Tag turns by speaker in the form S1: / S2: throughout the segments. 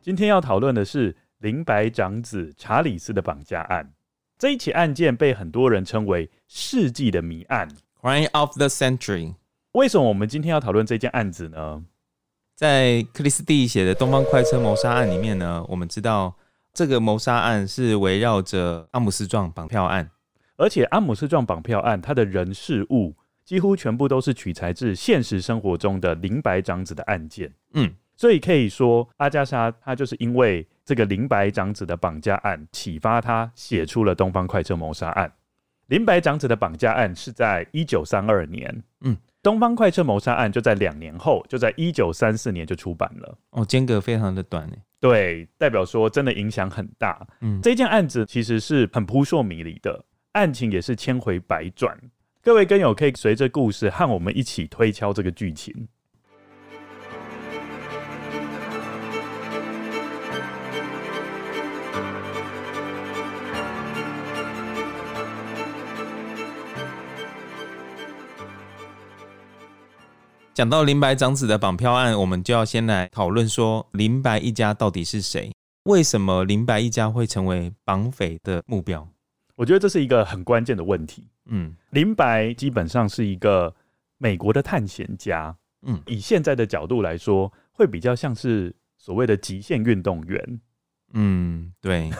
S1: 今天要讨论的是林白长子查理斯的绑架案。这一起案件被很多人称为“世纪的谜案
S2: Crime of the Century，”。
S1: 为什么我们今天要讨论这件案子呢？
S2: 在克里斯蒂写的《东方快车谋杀案》里面呢，我们知道这个谋杀案是围绕着阿姆斯壮绑票案。
S1: 而且阿姆斯壮绑票案，它的人事物几乎全部都是取材自现实生活中的林白长子的案件，
S2: 嗯，
S1: 所以可以说阿加莎她就是因为这个林白长子的绑架案启发她写出了《东方快车谋杀案》。林白长子的绑架案是在一九三二年，
S2: 嗯，
S1: 东方快车谋杀案就在两年后，就在一九三四年就出版了。
S2: 哦，间隔非常的短诶。
S1: 对，代表说真的影响很大。
S2: 嗯
S1: 这件案子其实是很扑朔迷离的，案情也是千回百转。各位跟友可以随着故事和我们一起推敲这个剧情。
S2: 讲到林白长子的绑票案，我们就要先来讨论说林白一家到底是谁？为什么林白一家会成为绑匪的目标？
S1: 我觉得这是一个很关键的问题。
S2: 嗯
S1: 林白基本上是一个美国的探险家，
S2: 嗯
S1: 以现在的角度来说，会比较像是所谓的极限运动员。
S2: 嗯，对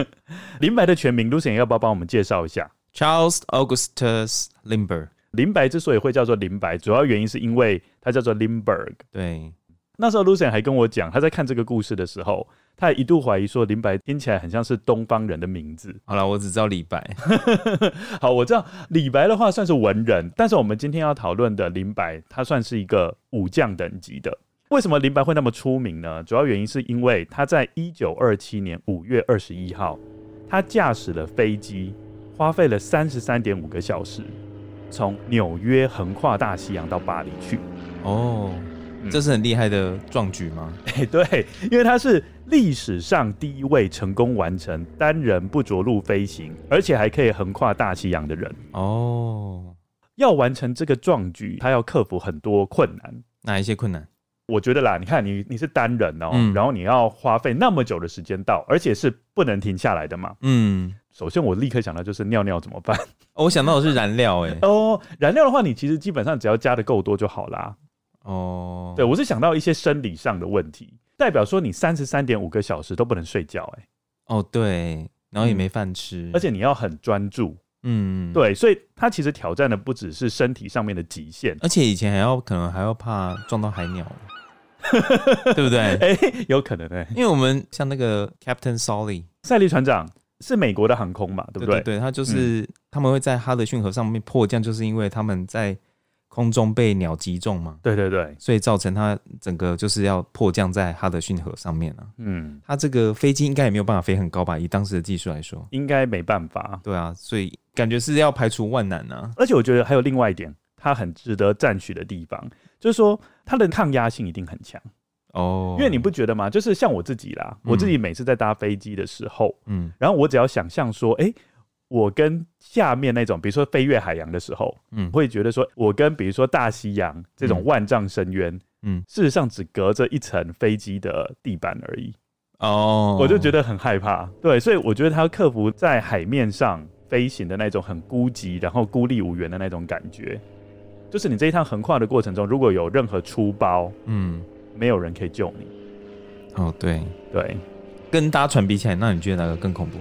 S1: 林白的全名 Lucian 要不要帮我们介绍一下？
S2: ，Charles Augustus Limber，
S1: 林白之所以会叫做林白，主要原因是因为他叫做 Limberg。
S2: 对，
S1: 那时候 Lucian 还跟我讲，他在看这个故事的时候，他也一度怀疑说林白听起来很像是东方人的名字。
S2: 好了，我只知道李白，
S1: 好，我知道李白的话算是文人，但是我们今天要讨论的林白，他算是一个武将等级的。为什么林白会那么出名呢？主要原因是因为他在一九二七年五月二十一号，他驾驶了飞机，花费了三十三点五个小时，从纽约横跨大西洋到巴黎去。
S2: 哦
S1: 嗯，
S2: 这是很厉害的壮举吗？
S1: 哎， 对，因为他是历史上第一位成功完成单人不着陆飞行，而且还可以横跨大西洋的人。
S2: 哦，
S1: 要完成这个壮举，他要克服很多困难。
S2: 哪一些困难？
S1: 我觉得啦，你看你你是单人哦，
S2: 嗯
S1: 然后你要花费那么久的时间到，而且是不能停下来的嘛。
S2: 嗯，
S1: 首先，我立刻想到就是尿尿怎么 办
S2: 哦我想到的是燃料、欸，
S1: 哦。燃料的话，你其实基本上只要加的够多就好啦。
S2: 哦，
S1: 对，我是想到一些生理上的问题，代表说你三十三点五个小时都不能睡觉、欸，哎，
S2: 哦对，然后也没饭吃，
S1: 而且你要很专注，
S2: 嗯，，
S1: 对，所以它其实挑战的不只是身体上面的极限，
S2: 而且以前还要可能还要怕撞到海 鸟，对不对？
S1: 哎、 有可能哎、
S2: 因为我们像那个 Captain Solly，
S1: 赛利船长是美国的航空嘛，对不
S2: 对
S1: 对？
S2: 对，
S1: 嗯
S2: 他就是、他们会在哈德逊河上面迫降，就是因为他们在空中被鸟击中嘛，
S1: 对对对，
S2: 所以造成他整个就是要迫降在哈德逊河上面啊。
S1: 嗯，
S2: 他这个飞机应该也没有办法飞很高吧？以当时的技术来说，
S1: 应该没办法。
S2: 对啊，所以感觉是要排除万难啊。
S1: 而且我觉得还有另外一点，它很值得赞许的地方，就是说它的抗压性一定很强。
S2: 哦，
S1: 因为你不觉得吗？就是像我自己啦，
S2: 嗯
S1: 我自己每次在搭飞机的时候，
S2: 嗯
S1: 然后我只要想象说，哎、我跟下面那种，比如说飞越海洋的时候，
S2: 嗯
S1: 会觉得说，我跟比如说大西洋这种
S2: 嗯
S1: 万丈深渊，
S2: 嗯
S1: 事实上只隔着一层飞机的地板而已。
S2: 哦，
S1: 我就觉
S2: 得
S1: 得很害怕。对，所以我觉得他要克服在海面上飞行的那种很孤寂，然后孤立无援的那种感觉。就是你这一趟横跨的过程中，如果有任何出包，
S2: 嗯
S1: 没有人可以救你。
S2: 哦对，
S1: 对，
S2: 跟搭船比起来，那你觉得哪个更恐怖？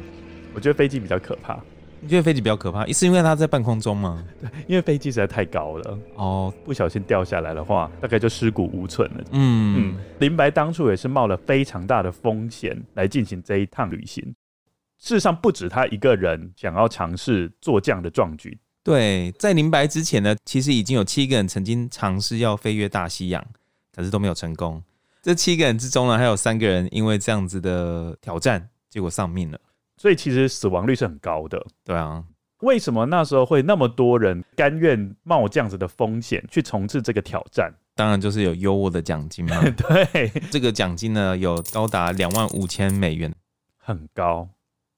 S1: 我觉得飞机比较可怕，
S2: 你觉得飞机比较可怕？是因为它在半空中吗？
S1: 因为飞机实在太高了，
S2: 哦，
S1: 不小心掉下来的话，大概就尸骨无存了。嗯
S2: 嗯，
S1: 林白当初也是冒了非常大的风险来进行这一趟旅行。事实上，不止他一个人想要尝试做这样的壮举，
S2: 对，在林白之前呢，其实已经有七个人曾经尝试要飞越大西洋，可是都没有成功。这七个人之中呢，还有三个人因为这样子的挑战，结果丧命了。
S1: 所以其实死亡率是很高的。
S2: 对啊，
S1: 为什么那时候会那么多人甘愿冒这样子的风险去从事这个挑战？
S2: 当然就是有优渥的奖金嘛。
S1: 对，
S2: 这个奖金呢，有高达两万五千美元。
S1: 很高。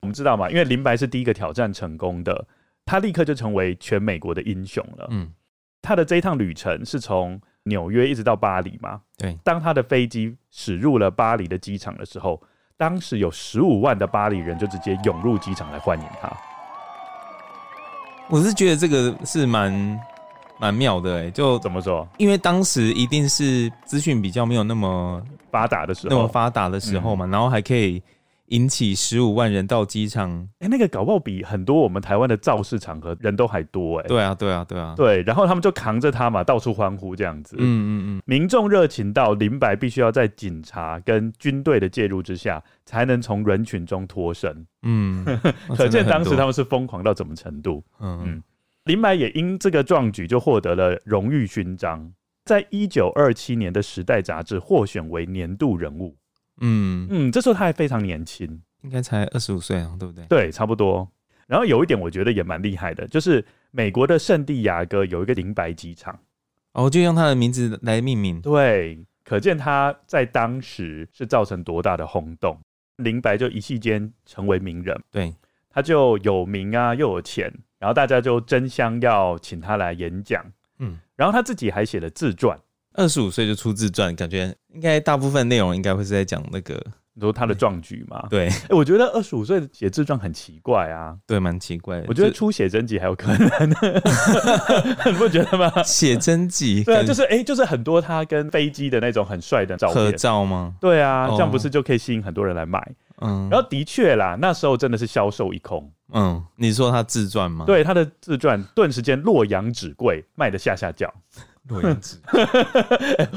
S1: 我们知道嘛，因为林白是第一个挑战成功的，他立刻就成为全美国的英雄了。
S2: 嗯，
S1: 他的这一趟旅程是从纽约一直到巴黎嘛？
S2: 对
S1: 当他的飞机驶入了巴黎的机场的时候，当时有十五万的巴黎人就直接涌入机场来欢迎他。
S2: 我是觉得这个是蛮蛮妙的哎、就
S1: 怎么说？
S2: 因为当时一定是资讯比较没有那么
S1: 发达的时
S2: 那么
S1: 候，嗯
S2: 发达的时候嘛，然后还可以引起十五万人到机场。
S1: 哎、那个搞不好比很多我们台湾的造势场合人都还多哎、
S2: 对啊，对啊，对啊。
S1: 对，然后他们就扛着他嘛，到处欢呼这样子。
S2: 嗯嗯嗯，
S1: 民众热情到林白必须要在警察跟军队的介入之下，才能从人群中脱身。
S2: 嗯， 哇
S1: 可见当
S2: 真的
S1: 时他，
S2: 很多
S1: 们是疯狂到怎么程度。
S2: 嗯
S1: 嗯林白也因这个壮举就获得了荣誉勋章，在一九二七年的《时代》杂志获选为年度人物。
S2: 嗯，
S1: 嗯，这时候他还非常年轻，
S2: 应该才二十五岁啊，对不对？
S1: 对，差不多。然后有一点我觉得也蛮厉害的，就是美国的圣地亚哥有一个林白机场，
S2: 哦，就用他的名字来命名。
S1: 对，可见他在当时是造成多大的轰动。林白就一夕间成为名人，
S2: 对，
S1: 他就有名啊，又有钱，然后大家就争相要请他来演讲。
S2: 嗯，
S1: 然后他自己还写了自传，
S2: 二十五岁就出自传，感觉应该大部分内容应该会是在讲那个，
S1: 你说他的壮举嘛？
S2: 嗯对
S1: 诶我觉得二十五岁写自传很奇怪啊，
S2: 对，蛮奇怪的。
S1: 我觉得
S2: 就
S1: 出写真集还有可 能，你不觉得吗？
S2: 写真集，
S1: 对啊，
S2: 感觉
S1: 就是哎、诶就是很多他跟飞机的那种很帅的照
S2: 合
S1: 片，
S2: 照吗？
S1: 对啊，这样不
S2: 哦
S1: 是就可以吸引很多人来买？
S2: 嗯，
S1: 然后的确啦，那时候真的是销售一空，
S2: 嗯，你说他自传吗？，
S1: 对他的自传顿时间洛阳纸贵，卖的下下脚。
S2: 洛阳 纸。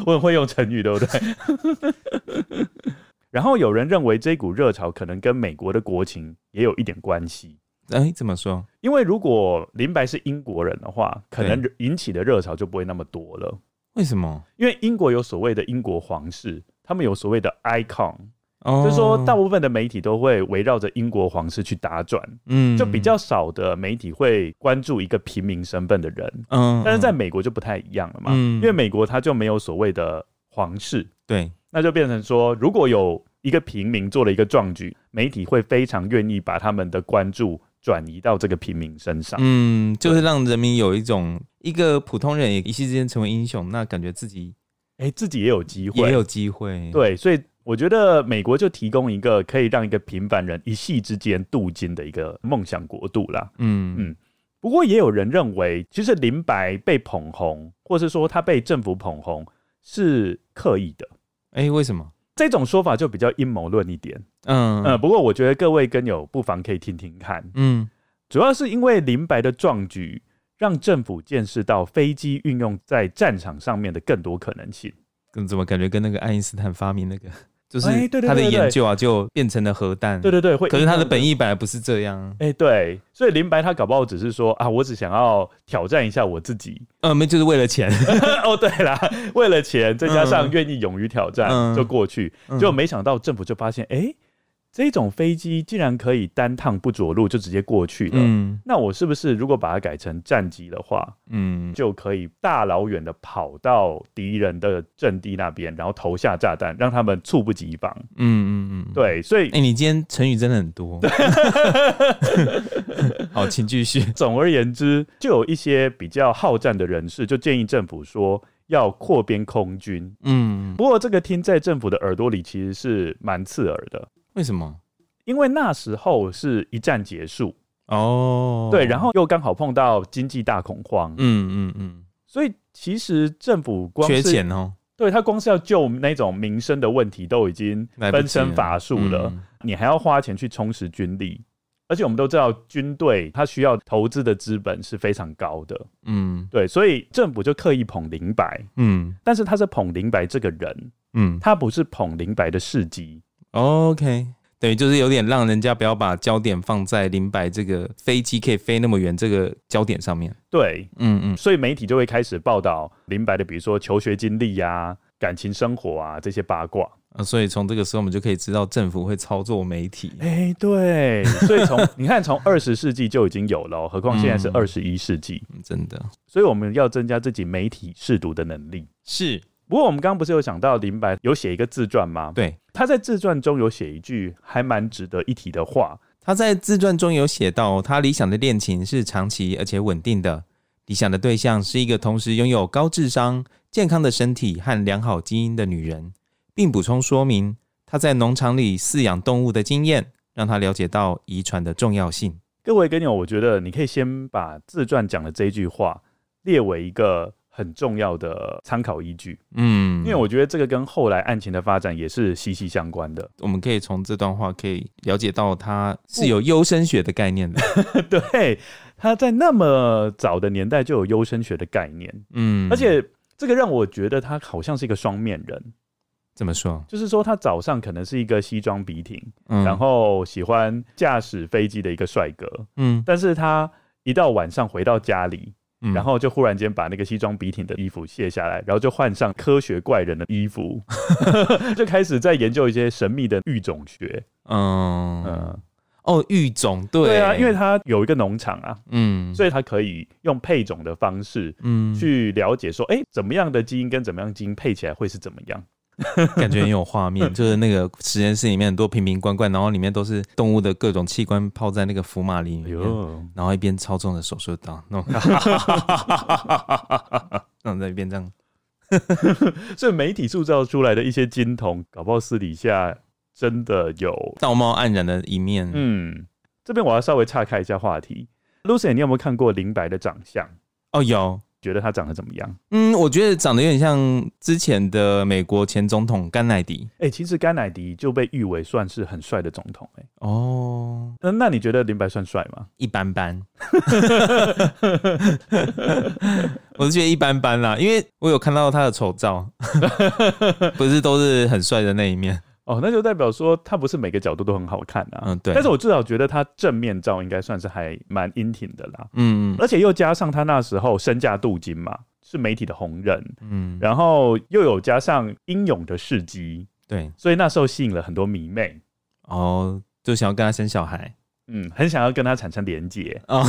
S1: 我很会用成语，对不对？ 然后有人认为这股热潮可能跟美国的国情也有一点关系，
S2: 哎，怎么说？
S1: 因为如果林白是英国人的话，可能引起的热潮就不会那么多了，
S2: 为什么？
S1: 因为英国有所谓的英国皇室。他们有所谓的 icon，、
S2: 哦
S1: 就是说大部分的媒体都会围绕着英国皇室去打转，
S2: 嗯
S1: 就比较少的媒体会关注一个平民身份的人，
S2: 嗯
S1: 但是在
S2: 嗯
S1: 美国就不太一样了嘛，
S2: 嗯
S1: 因为美国它就没有所谓的皇室，
S2: 对，
S1: 那就变成说，如果有一个平民做了一个壮举，媒体会非常愿意把他们的关注转移到这个平民身上。
S2: 嗯，就是让人民有一种一个普通人也一夕之间成为英雄，那感觉自己
S1: 哎、自己也有机会，
S2: 也有机会。，
S1: 对，所以我觉得美国就提供一个可以让一个平凡人一夕之间镀金的一个梦想国度啦。
S2: 嗯
S1: 嗯不过也有人认为，其实林白被捧红，或是说他被政府捧红是刻意的，
S2: 哎，为什么？
S1: 这种说法就比较阴谋论一点。
S2: 嗯
S1: 呃，不过我觉得各位跟友不妨可以听听看，
S2: 嗯
S1: 主要是因为林白的壮举，让政府见识到飞机运用在战场上面的更多可能性。
S2: 跟嗯怎么感觉跟那个爱因斯坦发明那个， 就是
S1: 哎对对对
S2: 他的
S1: 对对
S2: 研究啊，就变成了核弹。
S1: 对对对，会。
S2: 嗯可是他的本
S1: 意，
S2: 意本来不是这样，
S1: 哎、对，所以林白他搞不好只是说啊，我只想要挑战一下我自己。
S2: 呃，没就是为了钱。
S1: 哦，对啦，为了钱，再加上
S2: 嗯
S1: 愿意勇于挑战，
S2: 嗯
S1: 就过去。
S2: 嗯
S1: 就没想到政府就发现，哎、这种飞机竟然可以单趟不着陆就直接过去了。
S2: 嗯
S1: 那我是不是如果把它改成战机的话，
S2: 嗯，
S1: 就可以大老远的跑到敌人的阵地那边，然后投下炸弹，让他们猝不及防？
S2: 嗯嗯嗯，。
S1: 对，所以
S2: 哎、你今天成语真的很 多。好，请继续。
S1: 总而言之，就有一些比较好战的人士就建议政府说要扩编空军。
S2: 嗯，
S1: 不过这个听在政府的耳朵里其实是蛮刺耳的，
S2: 为什么？
S1: 因为那时候是一战结束，
S2: 哦，
S1: 对，然后又刚好碰到经济大恐慌，
S2: 嗯嗯嗯，
S1: 所以其实政府光
S2: 缺
S1: 是
S2: 钱哦，
S1: 对他光是要救那种民生的问题都已经
S2: 来不及
S1: 分身乏术了，
S2: 嗯
S1: 你还要花钱去充实军力，而且我们都知道军队它需要投资的资本是非常高的，
S2: 嗯
S1: 对，所以政府就刻意捧林白，
S2: 嗯
S1: 但是他是捧林白这个人，
S2: 嗯
S1: 他不是捧林白的事迹，
S2: ，OK，等于就是有点让人家不要把焦点放在林白这个飞机可以飞那么远这个焦点上面。
S1: 对，
S2: 嗯嗯
S1: 所以媒体就会开始报道林白的，比如说求学经历呀、啊感情生活啊这些八卦。
S2: 呃所以从这个时候我们就可以知道政府会操作媒体。
S1: 哎、对，所以从你看，从二十世纪就已经有了哦，何况现在是
S2: 嗯
S1: 二十一世纪，
S2: 嗯真的
S1: 所以我们要增加自己媒体试读的能力。
S2: 是
S1: 不过我们刚刚不是有讲到林白有写一个自传吗？
S2: 对。
S1: 他在自传中有写一句还蛮值得一提的话，
S2: 他在自传中有写到，他理想的恋情是长期而且稳定的，理想的对象是一个同时拥有高智商、健康的身体和良好基因的女人，并补充说明他在农场里饲养动物的经验，让他了解到遗传的重要性。
S1: 各位跟友，我觉得你可以先把自传讲的这一句话列为一个很重要的参考依据，
S2: 嗯，
S1: 因为我觉得这个跟后来案情的发展也是息息相关 的。
S2: 我们可以从这段话可以了解到，他是有优生学的概念的。
S1: 对，他在那么早的年代就有优生学的概念，
S2: 嗯，
S1: 而且这个让我觉得他好像是一个双面人，
S2: 怎么说？
S1: 就是说他早上可能是一个西装笔挺，
S2: 嗯，
S1: 然后喜欢驾驶飞机的一个帅哥，
S2: 嗯，
S1: 但是他一到晚上回到家里，
S2: 嗯
S1: 然后就忽然间把那个西装笔挺的衣服卸下来，然后就换上科学怪人的衣服， 就开始在研究一些神秘的育种学。
S2: 嗯
S1: 嗯，
S2: 哦，育种对
S1: 对啊，因为他有一个农场啊，
S2: 嗯，
S1: 所以他可以用配种的方式
S2: 嗯
S1: 去了解说，哎、怎么样的基因跟怎么样的基因配起来会是怎么样。
S2: 感觉很有画 面，就是那个实验室里面很多瓶瓶罐罐，然后里面都是动物的各种器官泡在那个福马林
S1: 哎
S2: 里面，
S1: 呦，
S2: 然后一边操纵着手术刀， 弄，然后在一边这样，
S1: 所以媒体塑造出来的一些金童，搞不好私底下真的有
S2: 道貌岸然的一面。
S1: 嗯，这边我要稍微岔开一下话题。Lucy，你有没有看过林白的长相？
S2: 哦，有，
S1: 觉得他长得怎么样？
S2: 嗯，我觉得长得有点像之前的美国前总统甘乃迪。
S1: 哎、其实甘乃迪就被誉为算是很帅的总统、哎，
S2: 哦，
S1: 那那你觉得林白算帅吗？
S2: 一般般， 我是觉得一般般啦，因为我有看到他的丑 照，不是都是很帅的那一面。
S1: 哦，那就代表说他不是每个角度都很好看啊。
S2: 嗯对
S1: 但是我至少觉得他正面照应该算是还蛮英挺的啦，
S2: 嗯
S1: 而且又加上他那时候身价镀金嘛，是媒体的红人，
S2: 嗯，
S1: 然后又有加上英勇的事迹，
S2: 对，
S1: 所以那时候吸引了很多迷妹，
S2: 哦，就想要跟他生小孩。
S1: 嗯，很想要跟他产生连结。
S2: 哦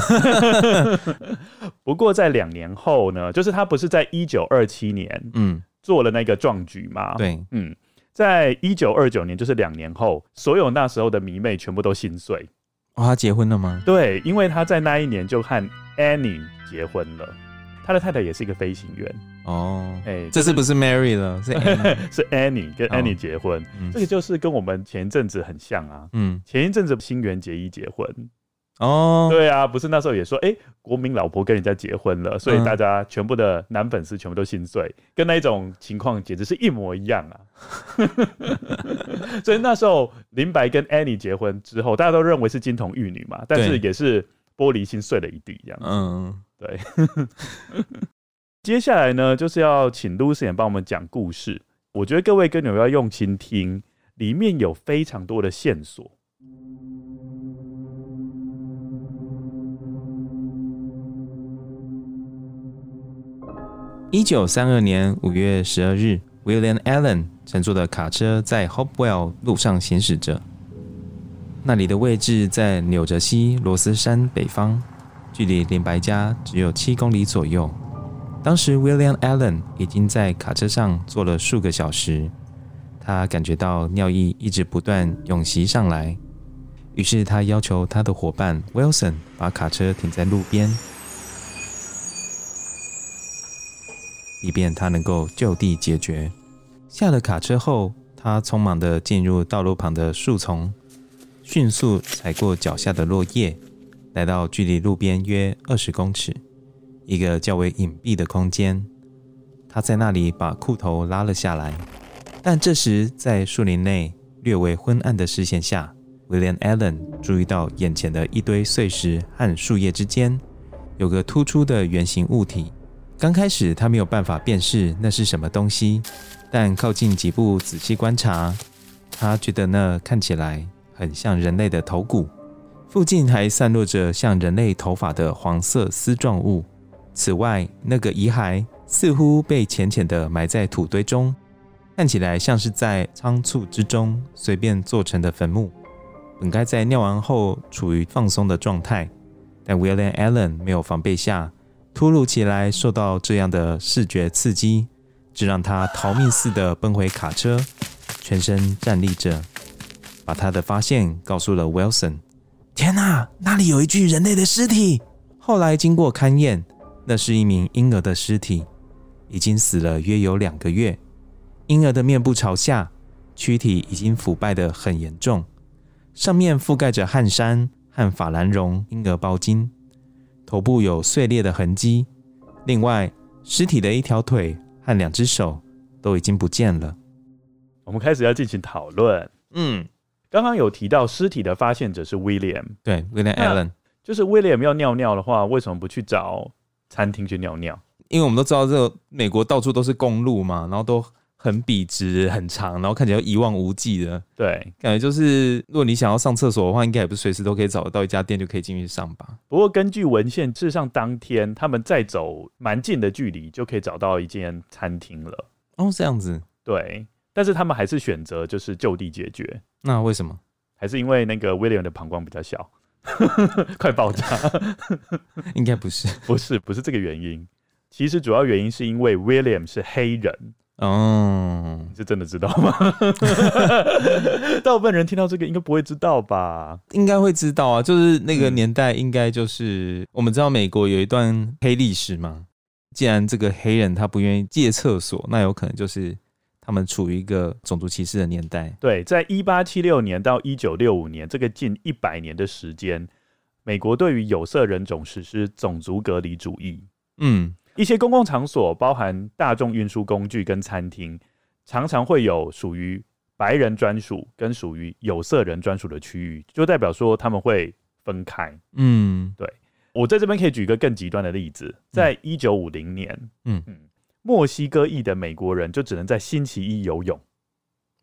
S1: 不过在两年后呢，就是他不是在一九二七年
S2: 嗯，
S1: 做了那个壮举吗？，
S2: 对，
S1: 嗯，在一九二九年，就是两年后，所有那时候的迷妹全部都心碎。
S2: 哦，他结婚了吗？
S1: 对，因为他在那一年就和 Annie 结婚了，他的太太也是一个飞行员，
S2: 哦，
S1: 哎、
S2: 这次不是 Mary 了， 是 Annie
S1: 是 Annie 跟
S2: 哦
S1: Annie 结婚，
S2: 嗯
S1: 这个就是跟我们前一阵子很像啊。
S2: 嗯，
S1: 前一阵子新垣结衣结婚，
S2: 哦，
S1: 对啊，不是那时候也说，哎、国民老婆跟人家结婚了，所以
S2: 嗯
S1: 大家全部的男粉丝全部都心碎，跟那一种情况简直是一模一样啊。 所以那时候林白跟 Annie 结婚之后，大家都认为是金童玉女嘛，但是
S2: 对
S1: 也是玻璃心碎了一地这样。
S2: 嗯，
S1: 对，接下来呢，就是要请 Lucian 帮我们讲故事。我觉得各位跟友要用心听，里面有非常多的线索。
S2: 一九三二年五月十二日，William Allen 乘坐的卡车在 Hopewell 路上行驶着。那里的位置在纽泽西罗斯山北方，距离林白家只有七公里左右。当时 William Allen 已经在卡车上坐了数个小时，他感觉到尿意一直不断涌袭上来，于是他要求他的伙伴 Wilson 把卡车停在路边，以便他能够就地解决。下了卡车后，他匆忙地进入道路旁的树丛，迅速踩过脚下的落叶，来到距离路边约二十公尺一个较为隐蔽的空间。他在那里把裤头拉了下来，但这时在树林内略微昏暗的视线下，William Allen 注意到眼前的一堆碎石和树叶之间有个突出的圆形物体。刚开始他没有办法辨识那是什么东西，但靠近几步仔细观察，他觉得那看起来很像人类的头骨，附近还散落着像人类头发的黄色丝状物。此外，那个遗骸似乎被浅浅地埋在土堆中，看起来像是在仓促之中随便做成的坟墓，本该在尿完后处于放松的状态，但 William Allen 没有防备下，突如其来受到这样的视觉刺激，这让他逃命似的奔回卡车，全身站立着，把他的发现告诉了 Wilson。天哪、那里有一具人类的尸体！后来经过勘验，那是一名婴儿的尸体，已经死了约有两个月。婴儿的面部朝下，躯体已经腐败得很严重，上面覆盖着汗衫和法兰绒婴儿包巾，头部有碎裂的痕迹。另外，尸体的一条腿和两只手都已经不见了。
S1: 我们开始要进行讨论。
S2: 嗯，
S1: 刚刚有提到尸体的发现者是 William，
S2: 对，William
S1: 那
S2: Allen，
S1: 就是 William 要尿尿的话，为什么不去找餐厅去尿尿？
S2: 因为我们都知道这个美国到处都是公路嘛，然后都很笔直、很长，然后看起来一望无际的
S1: 对，
S2: 感觉。就是如果你想要上厕所的话，应该也不是随时都可以找得到一家店就可以进去上吧？
S1: 不过根据文献，事实上当天他们再走蛮近的距离就可以找到一间餐厅了。
S2: 哦，这样子，
S1: 对，但是他们还是选择就是就地解决，
S2: 那为什么？
S1: 还是因为那个 William 的膀胱比较小， 快爆炸。
S2: 应该不是
S1: 不是，不是这个原因。其实主要原因是因为 William 是黑人，
S2: 哦。
S1: 你是真的知道吗？ 大部分人听到这个应该不会知道吧？
S2: 应该会知道啊，就是那个
S1: 嗯
S2: 年代，应该就是、我们知道美国有一段黑历史嘛。既然这个黑人他不愿意借厕所，那有可能就是他们处于一个种族歧视的年代。
S1: 对，在一八七六年到一九六五年这个近一百年的时间，美国对于有色人种实施种族隔离主义。
S2: 嗯，
S1: 一些公共场所，包含大众运输工具跟餐厅，常常会有属于白人专属跟属于有色人专属的区域，就代表说他们会分开。
S2: 嗯
S1: 我在这边可以举一个更极端的例子，在一九五零年，
S2: 嗯
S1: 墨西哥裔的美国人就只能在星期一游泳，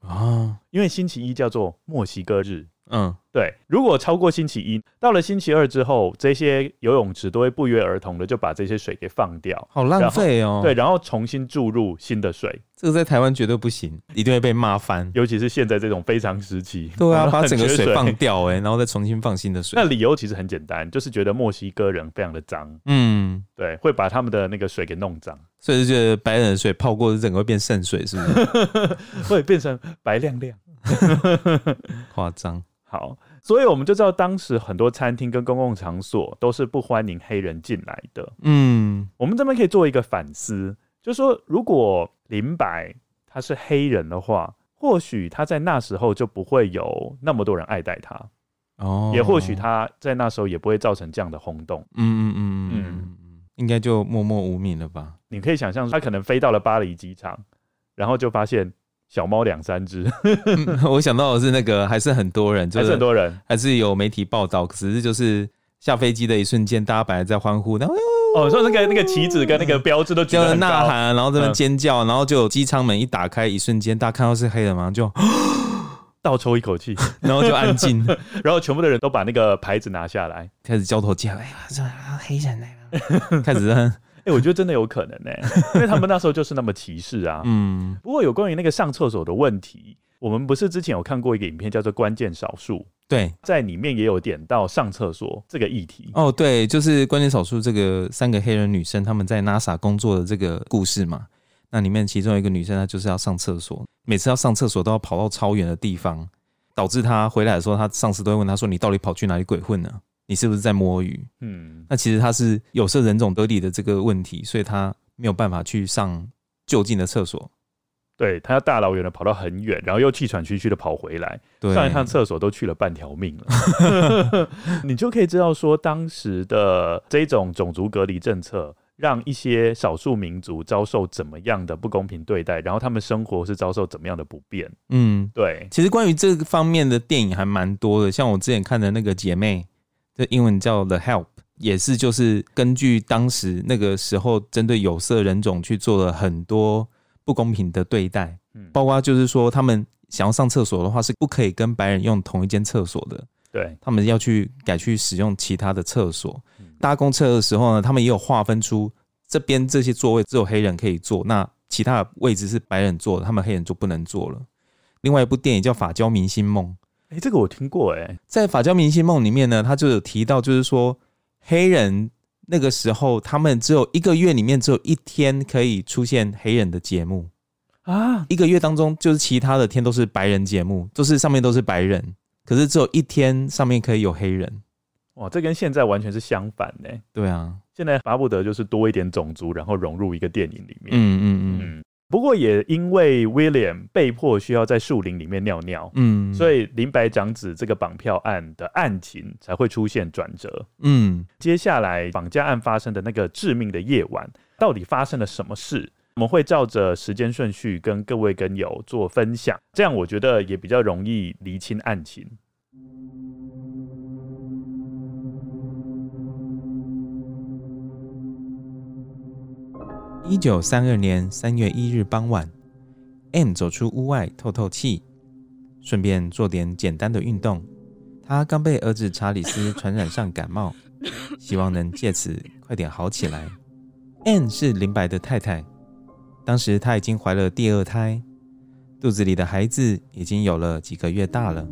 S2: 啊，
S1: 因为星期一叫做墨西哥日。
S2: 嗯
S1: 对，如果超过星期一，到了星期二之后，这些游泳池都会不约而同的就把这些水给放掉，
S2: 好浪费哦。
S1: 对，，然后重新注入新的水，
S2: 这个在台湾绝对不行，一定会被骂翻。
S1: 尤其是现在这种非常时期，
S2: 对啊，
S1: 我们
S2: 把
S1: 很
S2: 整个
S1: 缺
S2: 水放掉 哎、然后再重新放新的水
S1: 那。理由其实很简单，就是觉得墨西哥人非常的脏，
S2: 嗯，
S1: 对，会把他们的那个水给弄脏，
S2: 所以就觉得白人的水泡过是整个会变圣水，是不是？
S1: 会变成白亮亮。
S2: 夸张。
S1: 好，所以我们就知道，当时很多餐厅跟公共场所都是不欢迎黑人进来的。
S2: 嗯
S1: 我们这边可以做一个反思，就是说，如果林白他是黑人的话，或许他在那时候就不会有那么多人爱戴他，
S2: 哦，
S1: 也或许他在那时候也不会造成这样的轰动。
S2: 嗯嗯嗯嗯嗯嗯，应该就默默无名了吧？
S1: 你可以想象，他可能飞到了巴黎机场，然后就发现小猫两三只，
S2: 嗯 我想到的是那个，还是很多人，就
S1: 还是很多人，
S2: 还是有媒体报道，只是就是下飞机的一瞬间，大家本来在欢呼，然后
S1: 哦，所以那个那个旗子跟那个标志都举
S2: 叫
S1: 得
S2: 人
S1: 很
S2: 呐
S1: 高，
S2: 喊，然后这边尖叫，然后就有机舱门一打开，一瞬间大家看到是黑人嘛， 就
S1: 倒抽一口 气，
S2: 然后就安静，
S1: 然后全部的人都把那个牌子拿下来。
S2: 开始交头接耳，哎呀，这黑人来 了，开始在
S1: 哎、我觉得真的有可能呢、因为他们那时候就是那么歧视啊。
S2: 嗯
S1: 不过有关于那个上厕所的问题，我们不是之前有看过一个影片叫做《关键少数》，
S2: 对。
S1: 在里面也有点到上厕所这个议题。
S2: 哦，对，就是关键少数这个三个黑人女生她们在 NASA 工作的这个故事嘛。那里面其中有一个女生，她就是要上厕所，每次要上厕所都要跑到超远的地方，导致她回来的时候，她上司都会问她说：“你到底跑去哪里鬼混呢、你是不是在摸鱼
S1: 嗯？”，
S2: 那其实她是有色人种得理的这个问题，所以她没有办法去上就近的厕所。
S1: 对他要大老远的跑到很远，然后又气喘吁吁的跑回来，
S2: 对，
S1: 上一趟厕所都去了半条命了。 你就可以知道说，当时的这种种族隔离政策。让一些少数民族遭受怎么样的不公平对待，然后他们生活是遭受怎么样的不便？
S2: 嗯，
S1: 对，
S2: 其实关于这个方面的电影还蛮多的，像我之前看的那个姐妹，这英文叫《The Help》，也是就是根据当时那个时候针对有色人种去做了很多不公平的对待，
S1: 嗯，
S2: 包括就是说他们想要上厕所的话是不可以跟白人用同一间厕所的，
S1: 对，
S2: 他们要去改去使用其他的厕所
S1: 嗯。
S2: 搭公厕的时候呢，他们也有划分出这边这些座位只有黑人可以坐，那其他的位置是白人坐的，他们黑人就不能坐了。另外一部电影叫《法交明星梦》，
S1: 哎、这个我听过哎、
S2: 在《法教明星梦》里面呢，他就有提到，就是说黑人那个时候，他们只有一个月里面只有一天可以出现黑人的节目，
S1: 啊，
S2: 一个月当中就是其他的天都是白人节目，就是上面都是白人，可是只有一天上面可以有黑人。
S1: 哇，这跟现在完全是相反呢、
S2: 对啊，
S1: 现在巴不得就是多一点种族，然后融入一个电影里面。
S2: 嗯嗯
S1: 嗯，不过也因为 William 被迫需要在树林里面尿尿，
S2: 嗯嗯，
S1: 所
S2: 以
S1: 以林白长子这个绑票案的案情才会出现转折。
S2: 嗯
S1: 接下来绑架案发生的那个致命的夜晚，到底发生了什么事？我们会照着时间顺序跟各位跟友做分享，这样我觉得也比较容易厘清案情。
S2: 一九三二年三月一日傍晚，M 走出屋外透透气，顺便做点简单的运动。他刚被儿子查理斯传染上感冒，希望能借此快点好起来。M 是林白的太太，当时她已经怀了第二胎，肚子里的孩子已经有了几个月大了。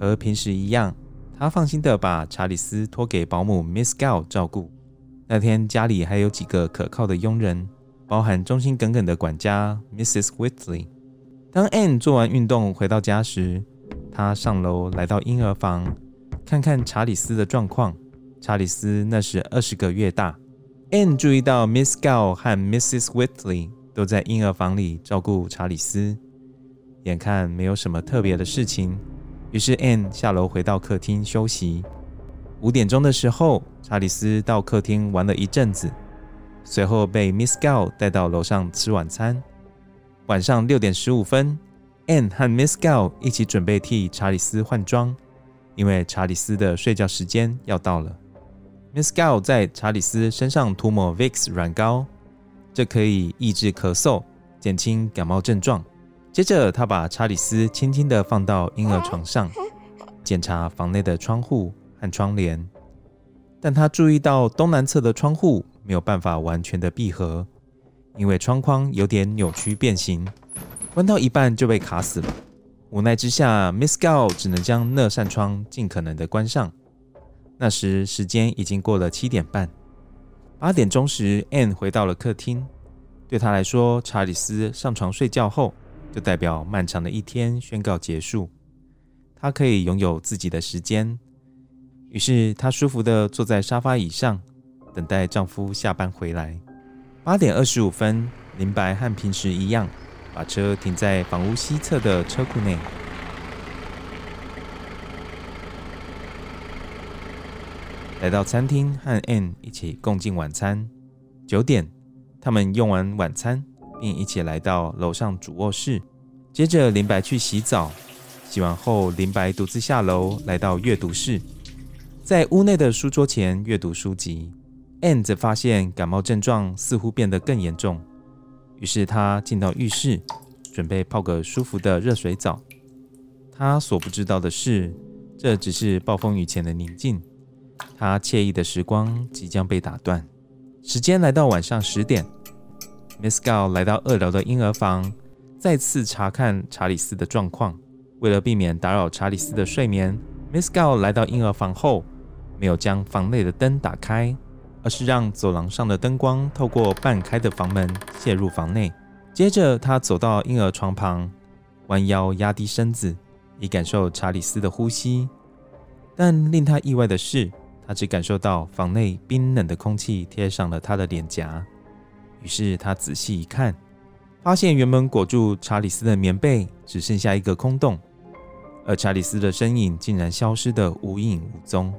S2: 和平时一样，她放心的把查理斯托给保姆 Miss Gao 照顾。那天家里还有几个可靠的佣人，包含忠心耿耿的管家 Mrs. Whitley。当 Anne 做完运动回到家时，她上楼来到婴儿房，看看查理斯的状况。查理斯那时二十个月大。Anne 注意到 Miss Gao 和 Mrs. Whitley 都在婴儿房里照顾查理斯，眼看没有什么特别的事情，于是 Anne 下楼回到客厅休息。五点钟的时候，查理斯到客厅玩了一阵子，随后被 Miss Gao 带到楼上吃晚餐。晚上六点十五分，Anne 和 Miss Gao 一起准备替查理斯换装，因为查理斯的睡觉时间要到了。Miss Gao 在查理斯身上涂抹 Vicks 软膏，这可以抑制咳嗽，减轻感冒症状。接着，她把查理斯轻轻地放到婴儿床上，检查房内的窗户和窗帘，但他注意到东南侧的窗户没有办法完全的闭合，因为窗框有点扭曲变形，关到一半就被卡死了。无奈之下，Miss Gao 只能将那扇窗尽可能的关上。那时时间已经过了七点半，八点钟时，Anne 回到了客厅。对她来说，查理斯上床睡觉后，就代表漫长的一天宣告结束。她可以拥有自己的时间，于是她舒服地坐在沙发椅上，等待丈夫下班回来。八点二十五分，林白和平时一样，把车停在房屋西侧的车库内。来到餐厅和 Anne 一起共进晚餐。九点，他们用完晚餐，并一起来到楼上主卧室。接着，林白去洗澡。洗完后，林白独自下楼来到阅读室。在屋内的书桌前阅读书籍，Anne 则发现感冒症状似乎变得更严重，于是她进到浴室，准备泡个舒服的热水澡。她所不知道的是，这只是暴风雨前的宁静，她惬意的时光即将被打断。时间来到晚上十点，Miss Gao 来到二楼的婴儿房，再次查看查理斯的状况。为了避免打扰查理斯的睡眠，Miss Gao 来到婴儿房后，没有将房内的灯打开，而是让走廊上的灯光透过半开的房门泄入房内。接着，她走到婴儿床旁，弯腰压低身子，以感受查理斯的呼吸。但令她意外的是，她只感受到房内冰冷的空气贴上了她的脸颊。于是她仔细一看，发现原本裹住查理斯的棉被只剩下一个空洞，而查理斯的身影竟然消失得无影无踪。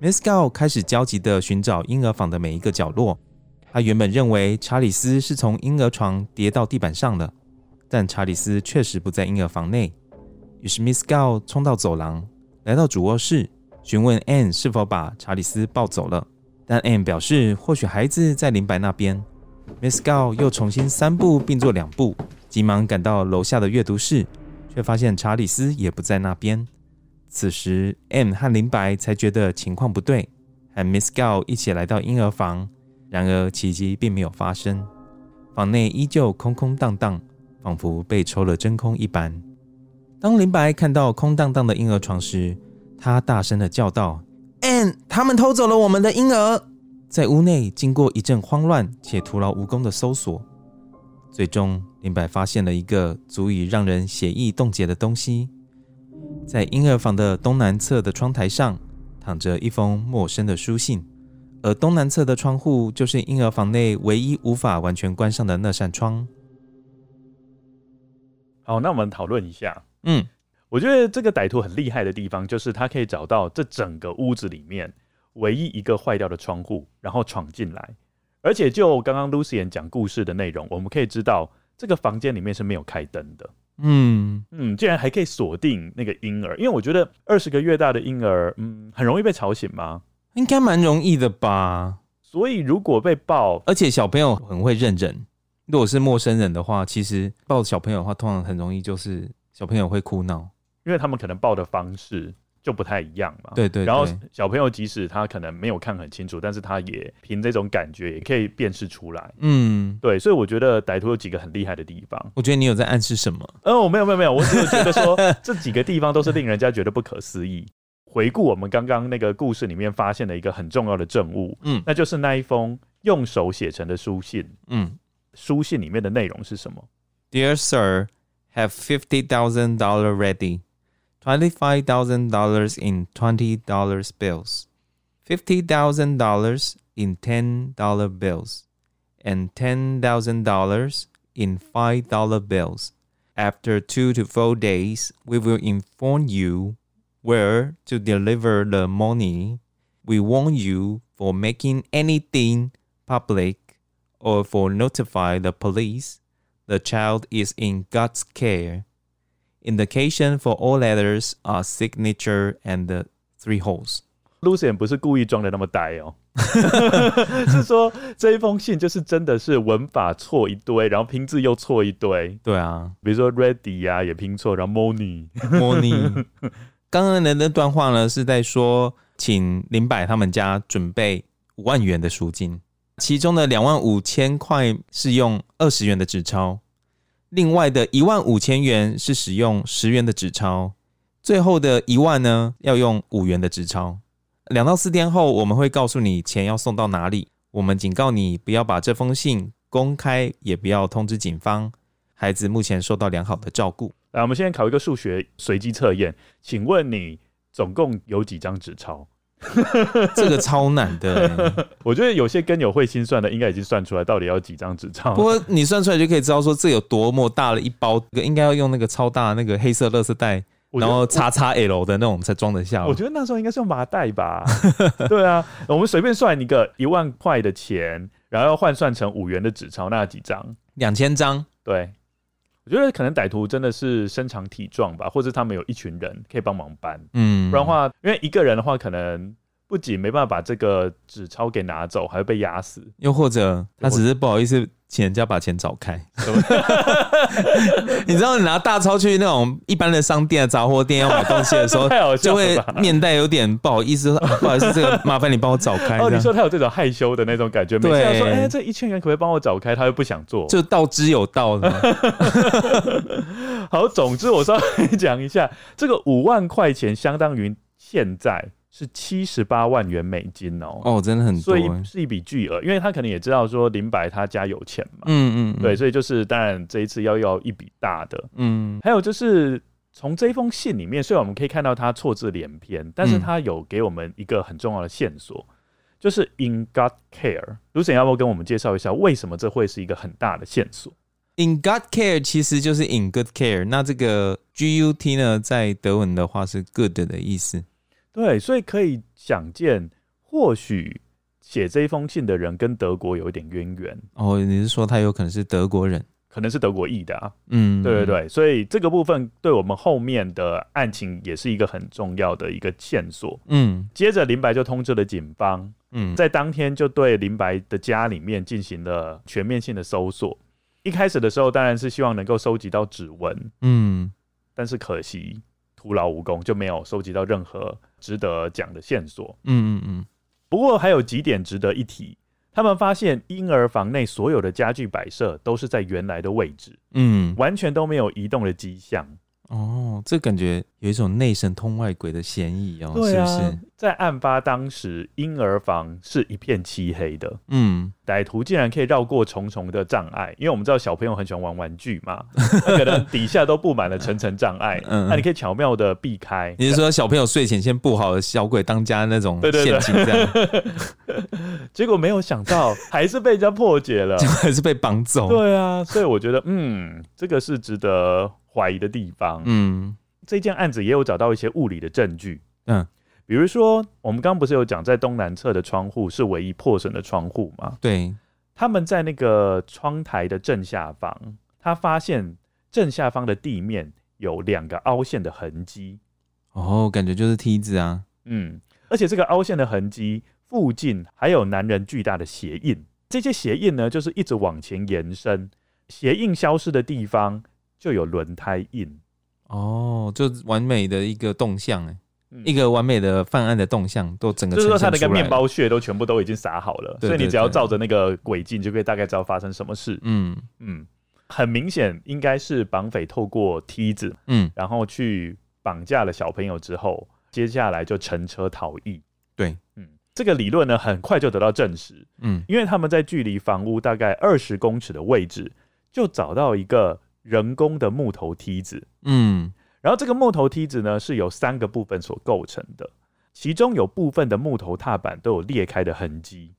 S2: Miss Gao 开始焦急地寻找婴儿房的每一个角落。她原本认为查理斯是从婴儿床跌到地板上了，但查理斯确实不在婴儿房内。于是 Miss Gao 冲到走廊，来到主卧室，询问 Anne 是否把查理斯抱走了。但 Anne 表示，或许孩子在林白那边。Miss Gao 又重新三步并作两步，急忙赶到楼下的阅读室，却发现查理斯也不在那边。此时，M 和林白才觉得情况不对，和 Miss Gao 一起来到婴儿房。然而，奇迹并没有发生。房内依旧空空荡荡，仿佛被抽了真空一般。当林白看到空荡荡的婴儿床时，他大声的叫道：“Ann，他们偷走了我们的婴儿！”在屋内经过一阵慌乱且徒劳无功的搜索，最终林白发现了一个足以让人血意冻结的东西。在婴儿房的东南侧的窗台上，躺着一封陌生的书信，而东南侧的窗户就是婴儿房内唯一无法完全关上的那扇窗。
S1: 好，那我们讨论一下。
S2: 嗯，
S1: 我觉得这个歹徒很厉害的地方，就是他可以找到这整个屋子里面唯一一个坏掉的窗户，然后闯进来。而且就刚刚 Lucian 讲故事的内容，我们可以知道这个房间里面是没有开灯的。
S2: 嗯，
S1: 嗯，竟然还可以锁定那个婴儿，因为我觉得二十个月大的婴儿，嗯，很容易被吵醒嘛。
S2: 应该蛮容易的吧？
S1: 所以如果被爆，
S2: 而且小朋友很会认人，如果是陌生人的话，其实抱小朋友的话，通常很容易就是小朋友会哭闹。
S1: 因为他们可能爆的方式就不太一样嘛。
S2: 对对对，
S1: 然后小朋友即使他可能没有看很清楚，但是他也凭这种感觉也可以辨识出来。
S2: 嗯，
S1: 对，所以我觉得歹徒有几个很厉害的地方。
S2: 我觉得你有在暗示什么？
S1: 嗯，我没有没有没有，我只有觉得说这几个地方都是令人家觉得不可思议。回顾我们刚刚那个故事里面发现的一个很重要的证物，
S2: 嗯
S1: 那就是那一封用手写成的书信。
S2: 嗯。
S1: 书信里面的内容是什么？
S2: Dear sir, have fifty thousand dollar ready, twenty five thousand dollars in twenty dollars bills, fifty thousand dollars in ten dollar bills, and ten thousand dollars in five dollar bills. After two to four days, we will inform you where to deliver the money. We warn you for making anything public or for notify the police the child is in God's care. Indication for all letters are signature and the three holes.
S1: Lucian 不是故意装的那么呆哦，是说这一封信就是真的是文法错一堆，然后拼字又错一堆，
S2: 对啊，
S1: 比如说 ready 呀、也拼错，然后 money
S2: 莫妮。 刚刚的那段话呢，是在说请林柏他们家准备五万元的赎金，其中的两万五千块是用二十元的纸钞，另外的一万五千元是使用十元的纸钞，最后的一万呢要用五元的纸钞。两到四天后，我们会告诉你钱要送到哪里。我们警告你不要把这封信公开，也不要通知警方。孩子目前受到良好的照顾。
S1: 来，我们现在考一个数学随机测验，请问你总共有几张纸钞？
S2: 这个超难的欸、
S1: 我觉得有些跟友会心算的，应该已经算出来到底要几张纸
S2: 不
S1: 钞。
S2: 过你算出来就可以知道说这有多么大的一包，应该要用那个超大的那个黑色垃圾袋，
S1: 我觉
S2: 然
S1: 得
S2: 后叉叉 L 的那种才装得下哦
S1: 我。我。觉得那时候应该是用麻袋 吧？对啊，我们随便算一个一万块的钱，然后要换算成五元的纸钞，那有几张？
S2: 两千张，
S1: 对，我觉得可能歹徒真的是身强体壮吧，或者他们有一群人可以帮忙搬，
S2: 嗯，
S1: 不然的话，因为一个人的话，可能不仅没办法把这个纸钞给拿走，还会被 压死。
S2: 又或者他只是不好意思请人家把钱找 开
S1: 么。
S2: 你知道，你拿大钞去那种一般的商店、啊杂货店要买东西的 时候，
S1: 太好
S2: 就
S1: 笑
S2: 会
S1: 了吧？
S2: 面带有点不好意思，说啊不好意思，这个麻哎烦你帮我找开。
S1: 哦，
S2: 这
S1: 你
S2: 样
S1: 说他有这种害羞的那种感觉，每次
S2: 对
S1: 要说，哎、这一千元可不可以帮我找开？他又不想做。
S2: 就道之有道的嘛。
S1: 好，总之我稍微讲一下，这个五万块钱相当于现在是七十八万元美金哦，
S2: 哦，真的很多
S1: 所
S2: 欸。
S1: 以是一笔巨额，因为他可能也知道说林白他家有钱嘛，
S2: 嗯嗯，嗯
S1: 对，，所以就是当然这一次要要一笔大的，
S2: 嗯
S1: 还有就是从这封信里面，虽然我们可以看到他错字连篇，但是他有给我们一个很重要的线索，就是 In God Care。卢沈要不要跟我们介绍一下，为什么这会是一个很大的线索？
S2: In God care 其实就是 in good care，那这个 GUT 呢，在德文的话是 good 的意思。
S1: 对，所以可以想见，或许写这一封信的人跟德国有一点渊源，
S2: 哦，你是说他有可能是德国人？
S1: 可能是德国裔的啊。
S2: 嗯，
S1: 对对，对，所以这个部分对我们后面的案情也是一个很重要的一个线索。
S2: 嗯
S1: 接着林白就通知了警方，
S2: 嗯，
S1: 在当天就对林白的家里面进行了全面性的搜索。一开始的时候当然是希望能够收集到指纹，
S2: 嗯
S1: 但是可惜徒劳无功，就没有收集到任何值得讲的线索。
S2: 嗯嗯嗯，
S1: 不过还有几点值得一提。他们发现婴儿房内所有的家具摆设都是在原来的位置，
S2: 嗯，
S1: 完全都没有移动的迹象。
S2: 哦，这感觉有一种内神通外鬼的嫌疑哦，
S1: 对啊，
S2: 是不是？
S1: 在案发当时，婴儿房是一片漆黑的，
S2: 嗯，
S1: 歹徒竟然可以绕过重重的障碍，因为我们知道小朋友很喜欢玩玩具 嘛，他可能底下都布满了层层障碍，啊
S2: 嗯
S1: 那你可以巧妙的避开。
S2: 你是说小朋友睡前先布好小鬼当家那种
S1: 对对对
S2: 陷阱，这样
S1: 结果没有想到，还是被人家破 解了。
S2: 结果还是被绑走？
S1: 对啊，所以我觉得，嗯，这个是值得怀疑的地方。
S2: 嗯
S1: 这件案子也有找到一些物理的证据，
S2: 嗯，
S1: 比如说我们刚刚不是有讲，在东南侧的窗户是唯一破损的窗户吗？
S2: 对，
S1: 他们在那个窗台的正下方，他发现正下方的地面有两个凹陷的痕迹，
S2: 哦，感觉就是梯子啊，
S1: 嗯，而且这个凹陷的痕迹附近还有男人巨大的鞋印，这些鞋印呢，就是一直往前延伸，鞋印消失的地方就有轮胎印，
S2: 哦，就完美的一个动向哎，
S1: 嗯
S2: 一个完美的犯案的动向都整个
S1: 就是说它
S2: 呈
S1: 那
S2: 现
S1: 个
S2: 出来
S1: 面
S2: 了，
S1: 包屑都全部都已经撒好了，
S2: 对
S1: 所以你
S2: 对
S1: 只要
S2: 对
S1: 照着那个轨迹，你就可以大概知道发生什么事。
S2: 嗯
S1: 嗯，很明显应该是绑匪透过梯子，
S2: 嗯，
S1: 然后去绑架了小朋友之后，接下来就乘车逃逸。
S2: 对，
S1: 嗯，这个理论呢很快就得到证实，
S2: 嗯，
S1: 因为他们在距离房屋大概二十公尺的位置，就找到一个人工的木头梯子。
S2: 嗯，
S1: 然后这个木头梯子呢是由三个部分所构成的，其中有部分的木头踏板都有裂开的痕迹，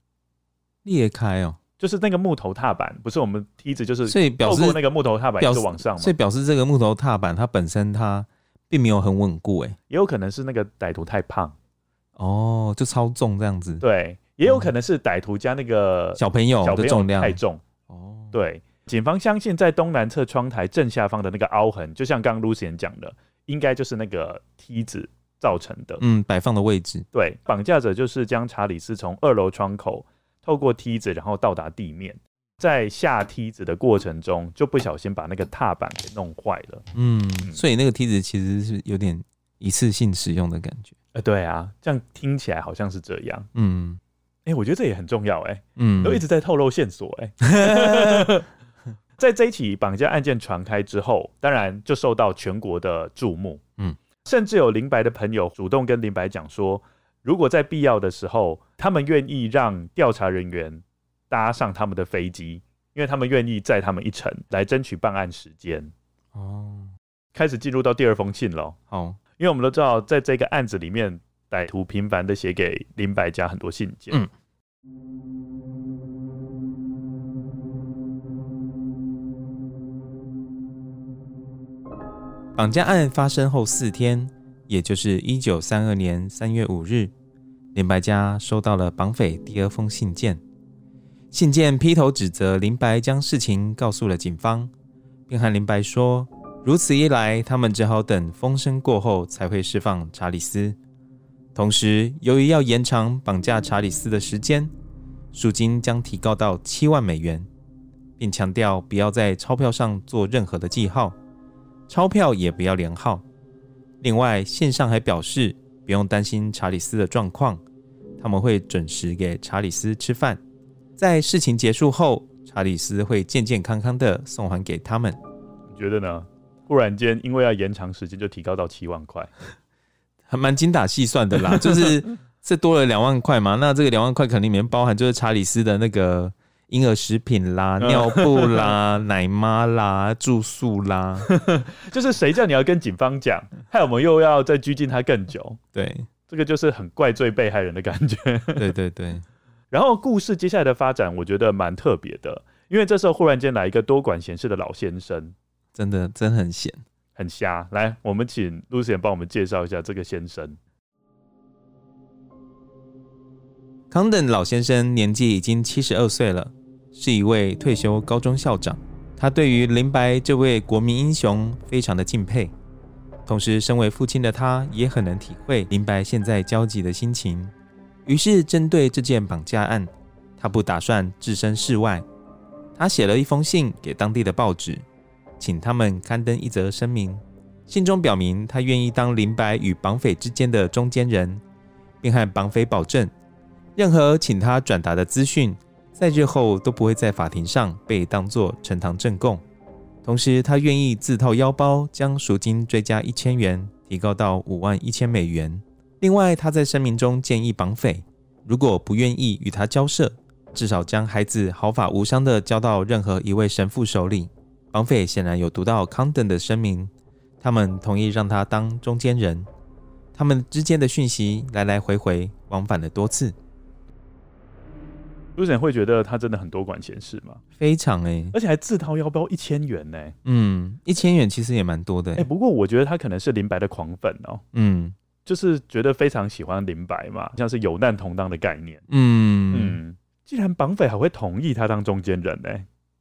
S2: 裂开哦，
S1: 就是那个木头踏板不是我们梯子，就是
S2: 所以表
S1: 透
S2: 示
S1: 过那个木头踏板一
S2: 表
S1: 直
S2: 示
S1: 往上嘛
S2: 所，以表示这个木头踏板它本身它并没有很稳固哎，
S1: 也有可能是那个歹徒太胖，
S2: 哦，就超重这样子，
S1: 对，也有可能是歹徒加那个
S2: 小朋友
S1: 小
S2: 的
S1: 朋
S2: 重
S1: 友
S2: 量
S1: 太重，
S2: 哦，
S1: 对。警方相信，在东南侧窗台正下方的那个凹痕，就像刚刚 Lucian 讲的，应该就是那个梯子造成的。
S2: 嗯，摆放的位置，
S1: 对，绑架者就是将查理斯从二楼窗口透过梯子，然后到达地面，在下梯子的过程中，就不小心把那个踏板给弄坏了。
S2: 嗯，
S1: 嗯
S2: 所以那个梯子其实是有点一次性使用的感觉，
S1: 呃，对啊，这样听起来好像是这样。
S2: 嗯
S1: 哎、我觉得这也很重要、哎，
S2: 嗯，
S1: 都一直在透露线索、哎。 在这一起绑架案件传开之后，当然就受到全国的注目。
S2: 嗯，
S1: 甚至有林白的朋友主动跟林白讲说，如果在必要的时候，他们愿意让调查人员搭上他们的飞机，因为他们愿意载他们一程来争取办案时间。
S2: 哦，
S1: 开始进入到第二封信了，
S2: 好，
S1: 因为我们都知道，在这个案子里面，歹徒频繁的写给林白家很多信件。
S2: 嗯绑架案发生后四天，也就是一九三二年三月五日，林白家收到了绑匪第二封信件。信件劈头指责林白将事情告诉了警方，并和林白说，如此一来，他们只好等风声过后才会释放查理斯。同时，由于要延长绑架查理斯的时间，赎金将提高到七万美元，并强调不要在钞票上做任何的记号。钞票也不要连号。另外，线上还表示不用担心查理斯的状况，他们会准时给查理斯吃饭。在事情结束后，查理斯会健健康康的送还给他们。
S1: 你觉得呢？忽然间，因为要延长时间，就提高到七万块。
S2: 还蛮精打细算的啦，就是这多了两万块嘛，那这个两万块肯定里面包含就是查理斯的那个婴儿食品啦、
S1: 嗯
S2: 尿布啦、奶妈啦、住宿啦，
S1: 就是谁叫你要跟警方讲，害我们又要再拘禁他更久，
S2: 对
S1: 这个就是很怪罪被害人的感觉。
S2: 对对对，
S1: 然后故事接下来的发展，我觉得蛮特别的，因为这时候忽然间来一个多管闲事的老先生，
S2: 真的真很闲。
S1: 很瞎。来，我们请 Lucian 帮我们介绍一下这个先生。
S2: 康登老先生年纪已经七十二岁了，是一位退休高中校长。他对于林白这位国民英雄非常的敬佩，同时身为父亲的他也很能体会林白现在焦急的心情。于是，针对这件绑架案，他不打算置身事外，他写了一封信给当地的报纸，请他们刊登一则声明。信中表明他愿意当林白与绑匪之间的中间人，并和绑匪保证任何请他转达的资讯，在日后都不会在法庭上被当作呈堂证供。同时，他愿意自掏腰包将赎金追加一千元，提高到五万一千美元。另外，他在声明中建议绑匪如果不愿意与他交涉，至少将孩子毫发无伤地交到任何一位神父手里。绑匪显然有读到康登的声明，他们同意让他当中间人。他们之间的讯息来来回回往返了多次，
S1: 有人会觉得他真的很多管闲事吗？
S2: 非常诶、
S1: 而且还自掏腰包一千元呢、
S2: 嗯，一千元其实也蛮多的、
S1: 哎、
S2: 欸
S1: 不过我觉得他可能是林白的狂粉哦、
S2: 嗯
S1: 就是觉得非常喜欢林白嘛，像是有难同当的概念。
S2: 嗯，
S1: 嗯，既然绑匪还会同意他当中间人呢、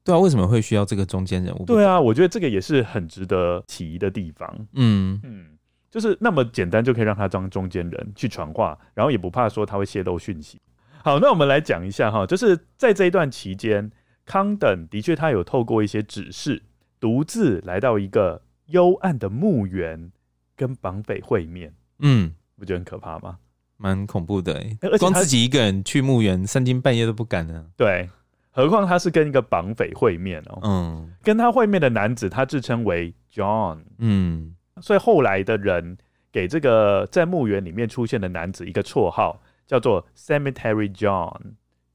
S2: 对啊，为什么会需要这个中间人物？
S1: 对啊，我觉得这个也是很值得起疑的地方。
S2: 嗯，
S1: 嗯，就是那么简单就可以让他当中间人去传话，然后也不怕说他会泄露讯息。好，那我们来讲一下哈，就是在这一段期间，康等的确他有透过一些指示，独自来到一个幽暗的墓园，跟绑匪会面，
S2: 嗯，
S1: 不觉得很可怕吗？
S2: 蛮恐怖的、欸
S1: 而且他
S2: 光自己一个人去墓园，三更半夜都不敢呢、
S1: 对，何况他是跟一个绑匪会面哦、
S2: 嗯
S1: 跟他会面的男子，他自称为 John，
S2: 嗯
S1: 所以后来的人给这个在墓园里面出现的男子一个绰号，叫做 Cemetery John，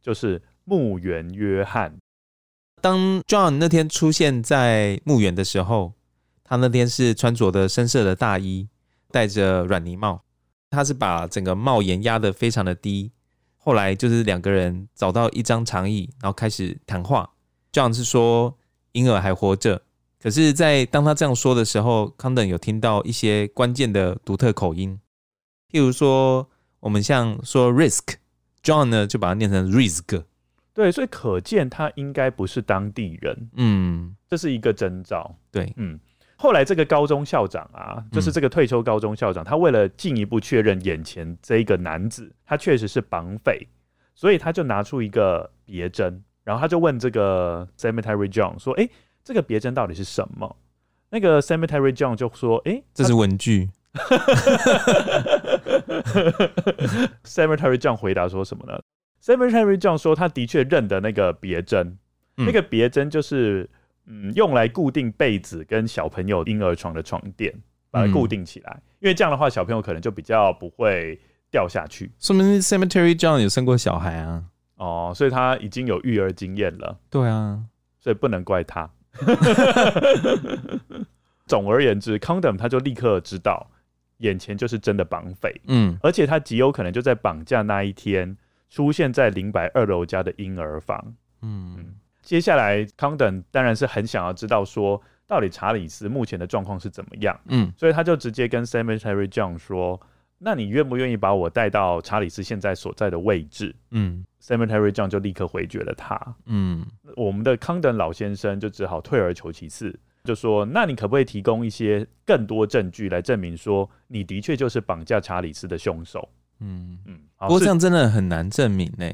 S1: 就是墓园约翰。
S2: 当 John 那天出现在墓园的时候，他那天是穿着的深色的大衣，戴着软呢帽，他是把整个帽檐压得非常的低。后来就是两个人找到一张长椅，然后开始谈话。John 是说婴儿还活着，可是，在当他这样说的时候，康登有听到一些关键的独特口音，譬如说我们像说 risk，John 呢就把它念成 risk，
S1: 对，所以可见他应该不是当地人，
S2: 嗯，
S1: 这是一个征兆。
S2: 对，
S1: 嗯，后来这个高中校长啊，就是这个退休高中校长，他为了进一步确认眼前这个男子他确实是绑匪，所以他就拿出一个别针，然后他就问这个 Cemetery John 说：“诶，这个别针到底是什么？”那个 Cemetery John 就说：“诶，
S2: 这是文具，
S1: Cemetery John 回答说什么呢？Cemetery John 说，他的确认得那个别针，
S2: 嗯
S1: 那个别针就是嗯用来固定被子跟小朋友婴儿床的床垫，把它固定起来，因为这样的话小朋友可能就比较不会掉下去
S2: 说明 Cemetery John 有生过小孩啊。
S1: 哦，所以他已经有育儿经验了，
S2: 对啊，
S1: 所以不能怪他。总而言之，Condom 他就立刻知道眼前就是真的绑匪，
S2: 嗯
S1: 而且他极有可能就在绑架那一天出现在林白二楼家的婴儿房。
S2: 嗯
S1: 接下来，康登当然是很想要知道说，到底查理斯目前的状况是怎么样，
S2: 嗯
S1: 所以他就直接跟 Cemetery John 说：“那你愿不愿意把我带到查理斯现在所在的位置
S2: 嗯？”
S1: Cemetery John 就立刻回绝了他。
S2: 嗯
S1: 我们的康登老先生就只好退而求其次，就说：“那你可不可以提供一些更多证据来证明说，你的确就是绑架查理斯的凶手？”
S2: 嗯。
S1: 嗯，好
S2: 不过
S1: 是
S2: 这样真的很难证明呢、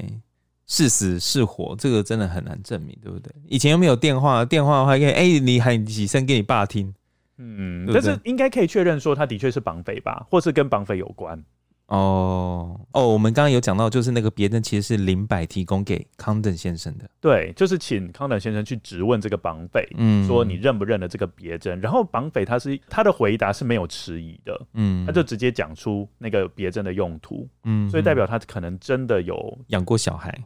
S2: 是死是活，这个真的很难证明，对不对？以前又没有电话，电话的话可以，哎、你喊几声给你爸听
S1: 嗯，
S2: 对不
S1: 但
S2: 对
S1: 是应该可以确认说他的确是绑匪吧，或是跟绑匪有关。
S2: 哦哦。我们刚刚有讲到，就是那个别针其实是林柏提供给康登先生的，
S1: 对，就是请康等先生去质问这个绑匪，
S2: 嗯，
S1: 说你，认不认得这个别针？然后绑匪他是他的回答是没有迟疑的，
S2: 嗯
S1: 他就直接讲出那个别针的用途，
S2: 嗯
S1: 啊所以代表他可能真的有。
S2: 养过小孩，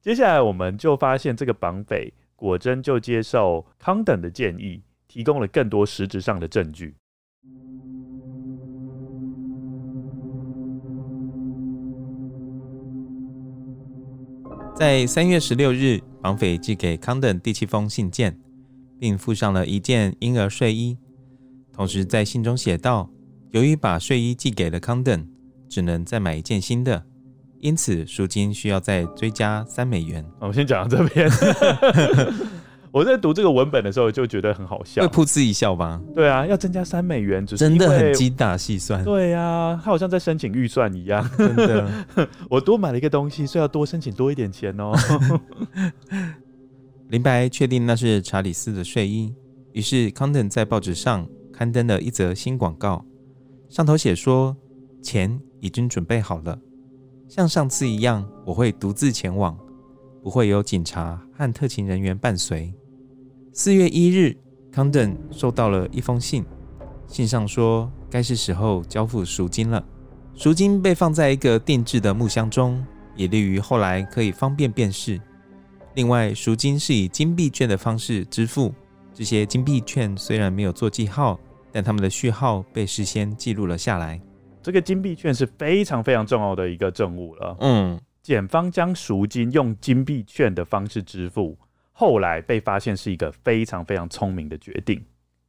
S1: 接下来我们就发现这个绑匪果真就接受康等的建议，提供了更多实质上的证据。
S2: 在三月十六日，绑匪寄给康登第七封信件，并附上了一件婴儿睡衣，同时在信中写道：“由于把睡衣寄给了康登，只能再买一件新的，因此赎金需要再追加三美元。
S1: 哦我们先讲到 这边。我在读这个文本的时候就觉得很好”笑
S2: 会，噗嗤一笑吧？
S1: 对啊，要增加三美元，只是
S2: 真的
S1: 因为
S2: 很精打细算，
S1: 对啊，他好像在申请预算一样。
S2: 真的。
S1: 我多买了一个东西，所以要多申请多一点钱哦。
S2: 林白确定那是查理斯的睡衣，于是康登在报纸上刊登了一则新广告，上头写说：“钱已经准备好了，像上次一样，我会独自前往，不会有警察和特勤人员伴随。四月一日，Condon 收到了一封信，信上说该是时候交付赎金了。赎金被放在一个定制的木箱中，以利于后来可以方便辨识。另外，赎金是以金币券的方式支付。这些金币券虽然没有做记号，但它们的序号被事先记录了下来。
S1: 这个金币券是非常非常重要的一个证物了。
S2: 嗯，
S1: 检方将赎金用金币券的方式支付，后来被发现是一个非常非常聪明的决定。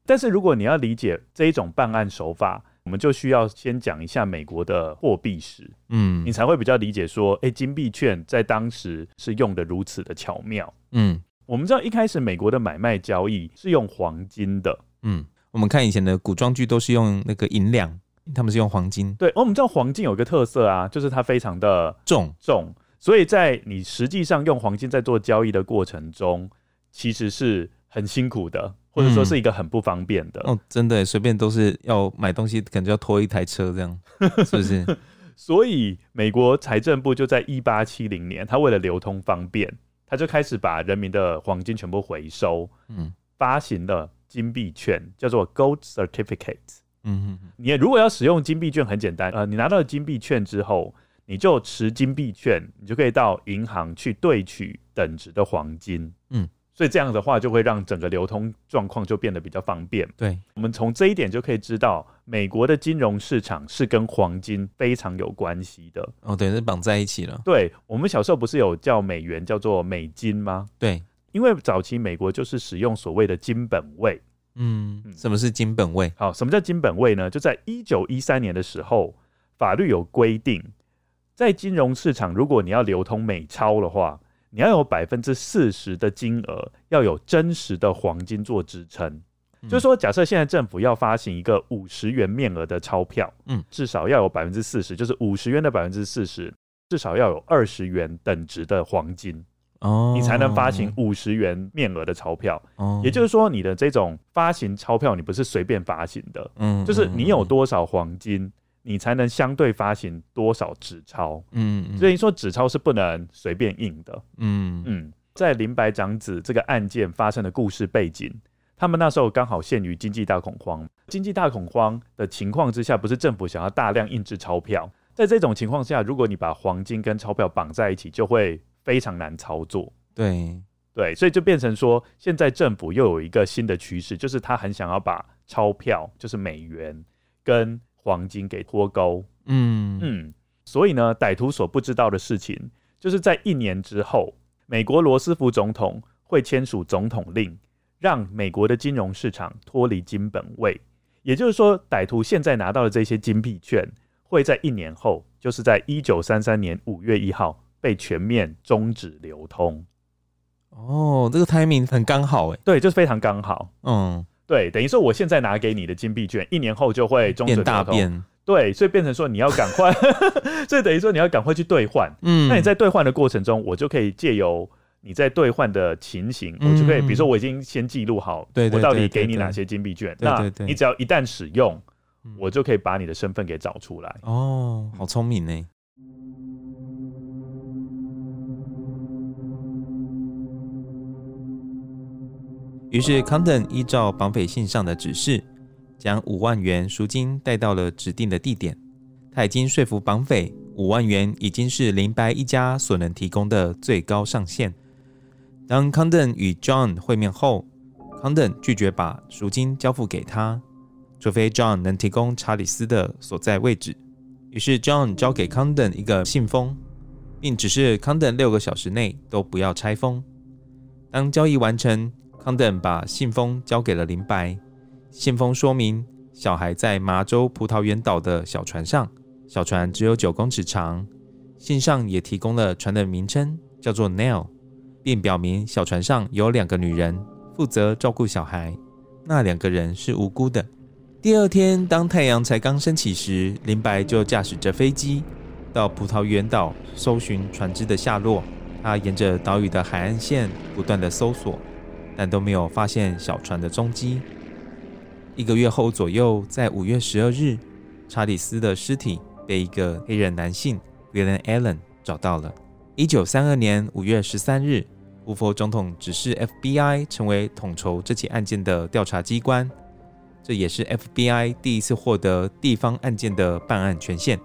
S1: 但是如果你要理解这一种办案手法，我们就需要先讲一下美国的货币史，
S2: 嗯
S1: 你才会比较理解说，诶，金币券在当时是用的如此的巧妙。
S2: 嗯
S1: 我们知道一开始美国的买卖交易是用黄金的，
S2: 嗯，我们看以前的古装剧都是用那个银两，他们是用黄金
S1: 对，哦我们知道黄金有一个特色啊，就是它非常的
S2: 重。
S1: 重，所以在你实际上用黄金在做交易的过程中，其实是很辛苦的，或者说是一个很不方便的。
S2: 哦，真的耶，随便都是要买东西，可能就要拖一台车这 样，是不是？
S1: 所以美国财政部就在一八七零年，他为了流通方便，他就开始把人民的黄金全部回收，
S2: 嗯
S1: 发行了金币券，叫做 Gold Certificate。
S2: 嗯嗯
S1: 你如果要使用金币券，很简单，呃，你拿到了金币券之后，你就持金币券，你就可以到银行去兑取等值的黄金。
S2: 嗯，
S1: 所以这样的话，就会让整个流通状况就变得比较方便。
S2: 对，
S1: 我们从这一点就可以知道，美国的金融市场是跟黄金非常有关系的。
S2: 哦对，是绑在一起了。
S1: 对我们小时候不是有叫美元叫做美金吗？
S2: 对，
S1: 因为早期美国就是使用所谓的金本位，
S2: 嗯，
S1: 嗯
S2: 什么是金本位？
S1: 好，什么叫金本位呢？就在一九一三年的时候，法律有规定，在金融市场，如果你要流通美钞的话，你要有百分之四十的金额要有真实的黄金做支撑。
S2: 嗯
S1: 就是说，假设现在政府要发行一个五十元面额的钞票，
S2: 嗯，
S1: 至少要有百分之四十，就是五十元的百分之四十，至少要有二十元等值的黄金，
S2: 哦，
S1: 你才能发行五十元面额的钞票。
S2: 哦，
S1: 也就是说，你的这种发行钞票，你不是随便发行的，
S2: 嗯
S1: 就是你有
S2: 嗯
S1: 多少黄金，你才能相对发行多少纸钞。
S2: 嗯嗯，
S1: 所以说纸钞是不能随便印的。
S2: 嗯嗯
S1: 嗯，在林白长子这个案件发生的故事背景，他们那时候刚好陷于经济大恐慌。经济大恐慌的情况之下，不是政府想要大量印制钞票，在这种情况下，如果你把黄金跟钞票绑在一起，就会非常难操作。
S2: 对，
S1: 对，所以就变成说，现在政府又有一个新的趋势，就是他很想要把钞票，就是美元跟黄金给脱钩。
S2: 嗯嗯
S1: 嗯，所以呢，歹徒所不知道的事情，就是在一年之后，美国罗斯福总统会签署总统令，让美国的金融市场脱离金本位。也就是说，歹徒现在拿到的这些金币券，会在一年后，就是在一九三三年五月一号被全面终止流通。
S2: 哦，这个 timing 很刚好哎，
S1: 对，就是非常刚好。
S2: 嗯，
S1: 对，等于说我现在拿给你的金币券，一年后就会终止
S2: 变
S1: 流
S2: 大
S1: 通。
S2: 变，
S1: 对，所以变成说你要赶快， 所以等于说你要赶快去兑换。
S2: 嗯，
S1: 那你在兑换的过程中，我就可以借由你在兑换的情形，我就可以，
S2: 嗯
S1: 比如说我已经先记录好，
S2: 对对
S1: 我到
S2: 对
S1: 底
S2: 对
S1: 给你
S2: 对
S1: 哪些金币券，
S2: 对对对
S1: 那你只要一旦使用
S2: 嗯，
S1: 我就可以把你的身份给找出来。
S2: 哦，好聪明呢。于是康 o 依照绑匪信上的指示，将五万元赎金带到了指定的地点。他已经说服绑匪，五万元已经是林白一家所能提供的最高上限。当康 o 与 John 会面后，康 o 拒绝把赎金交付给他，除非 John 能提供查理斯的所在位置。于是 John 交给 Condon 一个信封，并指示 Condon 六个小时内都不要拆封。当交易完成，Condon 把信封交给了林白。信封说明，小孩在麻州葡萄园岛的小船上，小船只有九公尺长。信上也提供了船的名称，叫做 Nell，并表明小船上有两个女人负责照顾小孩，那两个人是无辜的。第二天，当太阳才刚升起时，林白就驾驶着飞机到葡萄园岛搜寻船只的下落。他沿着岛屿的海岸线不断的搜索，但都没有发现小船的踪迹。一个月后左右，在五月十二日，查理斯的尸体被一个黑人男性 William Allen 找到了。一九三二年五月十三日，胡佛总统指示 FBI 成为统筹这起案件的调查机关，这也是 FBI 第一次获得地方案件的办案权限。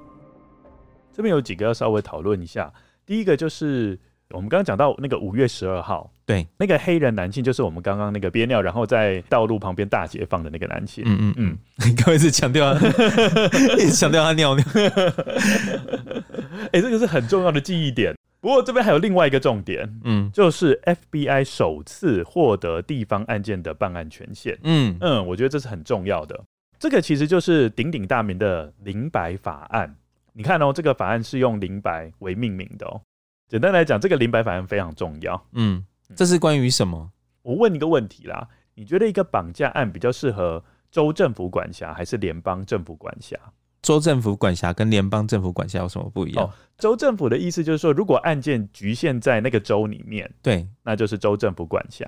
S1: 这边有几个要稍微讨论一下。第一个就是我们刚刚讲到那个五月十二号，
S2: 对，
S1: 那个黑人男性就是我们刚刚那个憋尿，然后在道路旁边大解放的那个男性。
S2: 嗯嗯
S1: 嗯，
S2: 嗯，各位是强调他， 一直强调他尿尿。
S1: 哎、这个是很重要的记忆点。不过这边还有另外一个重点，
S2: 嗯
S1: 就是 FBI 首次获得地方案件的办案权限。
S2: 嗯
S1: 嗯，我觉得这是很重要的。这个其实就是鼎鼎大名的林白法案。你看哦，这个法案是用林白为命名的哦。简单来讲，这个林白法案非常重要。
S2: 嗯，这是关于什么？
S1: 我问一个问题啦，你觉得一个绑架案比较适合州政府管辖还是联邦政府管辖？
S2: 州政府管辖跟联邦政府管辖有什么不一样？
S1: 哦州政府的意思就是说，如果案件局限在那个州里面，
S2: 对
S1: 那就是州政府管辖。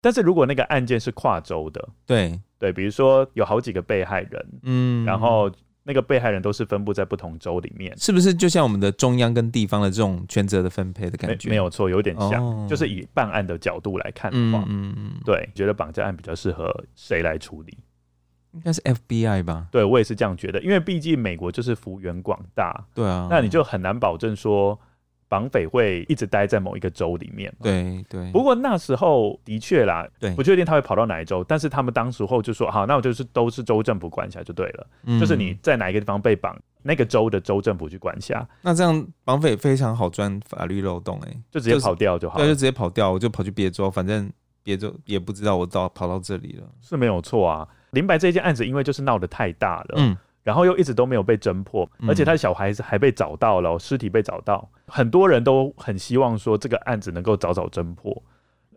S1: 但是如果那个案件是跨州的，
S2: 对，
S1: 对，比如说有好几个被害人，
S2: 嗯，
S1: 然后那个被害人都是分布在不同州里面，
S2: 是不是就像我们的中央跟地方的这种权责的分配的
S1: 没
S2: 感觉？
S1: 没有错，有点像，
S2: 哦
S1: 就是以办案的角度来看的
S2: 嗯，
S1: 话，
S2: 嗯嗯嗯，
S1: 对，你觉得绑架案比较适合谁来处理？
S2: 应该是 FBI 吧？
S1: 对我也是这样觉得，因为毕竟美国就是幅员广大，
S2: 对啊，
S1: 那你就很难保证说绑匪会一直待在某一个州里面。。
S2: 对对，
S1: 不过那时候的确啦，
S2: 对
S1: 不确定他会跑到哪一州，但是他们当时候就说，好，那我就是都是州政府管辖就对了，
S2: 嗯
S1: 就是你在哪一个地方被绑，那个州的州政府去管辖，
S2: 那这样绑匪非常好钻法律漏洞哎、
S1: 就直接
S2: 就是
S1: 跑掉就好
S2: 对，就
S1: 了，
S2: 直接跑掉，我就跑去别州，反正别州也不知道我到跑到这里了。
S1: 是没有错啊。林白这件案子因为就是闹得太大了，
S2: 嗯，
S1: 然后又一直都没有被侦破，
S2: 嗯
S1: 而且他的小孩子还被找到了哦，尸体被找到，很多人都很希望说这个案子能够早早侦破，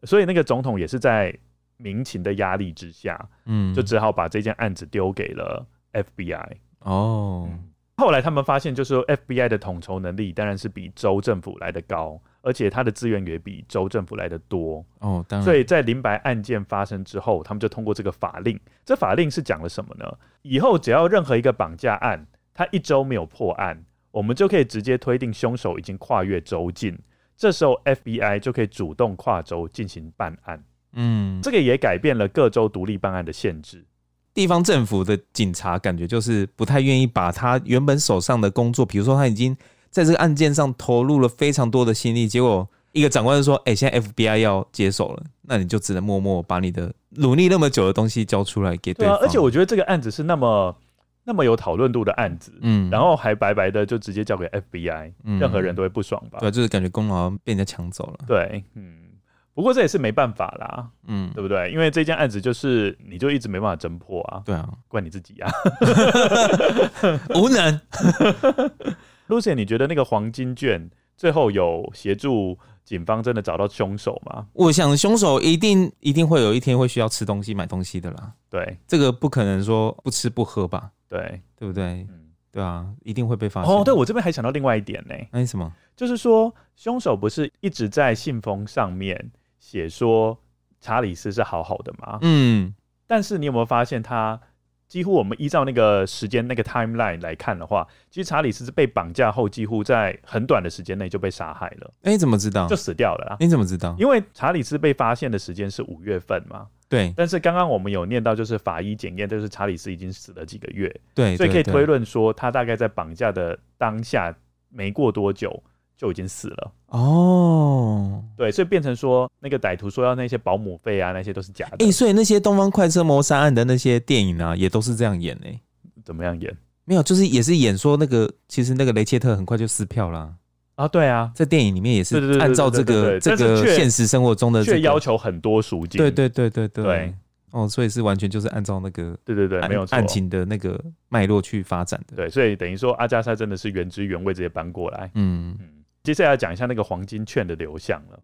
S1: 所以那个总统也是在民情的压力之下，
S2: 嗯，
S1: 就只好把这件案子丢给了 FBI。
S2: 哦，
S1: 后来他们发现，就是说 FBI 的统筹能力当然是比州政府来的高，而且它的资源也比州政府来的多，
S2: 哦，当然，
S1: 所以在林白案件发生之后，他们就通过这个法令。这法令是讲了什么呢？以后只要任何一个绑架案，它一周没有破案，我们就可以直接推定凶手已经跨越州境。这时候 FBI 就可以主动跨州进行办案，
S2: 嗯，这
S1: 这个也改变了各州独立办案的限制。
S2: 地方政府的警察感觉就是不太愿意把他原本手上的工作，比如说他已经在这个案件上投入了非常多的心力，结果一个长官就说：“哎、现在 FBI 要接手了，那你就只能默默把你的努力那么久的东西交出来给
S1: 对
S2: 方。
S1: 啊，而且我觉得这个案子是那么那么有讨论度的案子，
S2: 嗯，
S1: 然后还白白的就直接交给 FBI，、
S2: 嗯
S1: 任何人都会不爽吧？
S2: 对啊，就是感觉功劳好像被人家抢走了。
S1: 对，嗯。不过这也是没办法啦，
S2: 嗯，
S1: 对不对？因为这件案子就是你就一直没办法侦破啊，
S2: 对啊，
S1: 怪你自己啊。
S2: 无能。
S1: Lucy，你觉得那个黄金卷最后有协助警方真的找到凶手吗？
S2: 我想凶手一定一定会有一天会需要吃东西、买东西的啦，
S1: 对
S2: 这个不可能说不吃不喝吧，
S1: 对，
S2: 对不对？
S1: 嗯。
S2: 对啊，一定会被发现。
S1: 哦，对，我这边还想到另外一点呢、
S2: 那你什么？
S1: 就是说凶手不是一直在信封上面写说查理斯是好好的吗？
S2: 嗯，
S1: 但是你有没有发现他？几乎我们依照那个时间那个 timeline 来看的话，其实查理斯是被绑架后，几乎在很短的时间内就被杀害了，
S2: 哎、你怎么知道哎
S1: 就？死掉了啦。
S2: 你怎么知道？
S1: 因为查理斯被发现的时间是五月份嘛，
S2: 对
S1: 但是刚刚我们有念到，就是法医检验，就是查理斯已经死了几个月，
S2: 哎对，
S1: 所以可以
S2: 对
S1: 推
S2: 对
S1: 论说他大概在绑架的当下没过多久就已经死了。
S2: 哦。
S1: 对，所以变成说那个歹徒说要那些保姆费啊，那些都是假的
S2: 哎、，所以那些东方快车谋杀案的那些电影啊，也都是这样演哎、
S1: 怎么样演
S2: 没有，就是也是演说那个，其实那个雷切特很快就撕票啦，
S1: 啊？对啊，
S2: 在电影里面也
S1: 对对
S2: 是
S1: 对对
S2: 按照这个
S1: 对对
S2: 这
S1: 对但是
S2: 个
S1: 却
S2: 现实生活中的这
S1: 却
S2: 个
S1: 要求很多赎金。
S2: 对对对对对
S1: 对
S2: 哦，所以是完全就是按照那个
S1: 对对对，
S2: 案
S1: 没有错
S2: 案。情的那个脉络去发展的。
S1: 对，所以等于说阿加莎真的是原汁原味直接搬过来。
S2: 嗯，
S1: 嗯，接下来讲一下那个黄金券的流向了。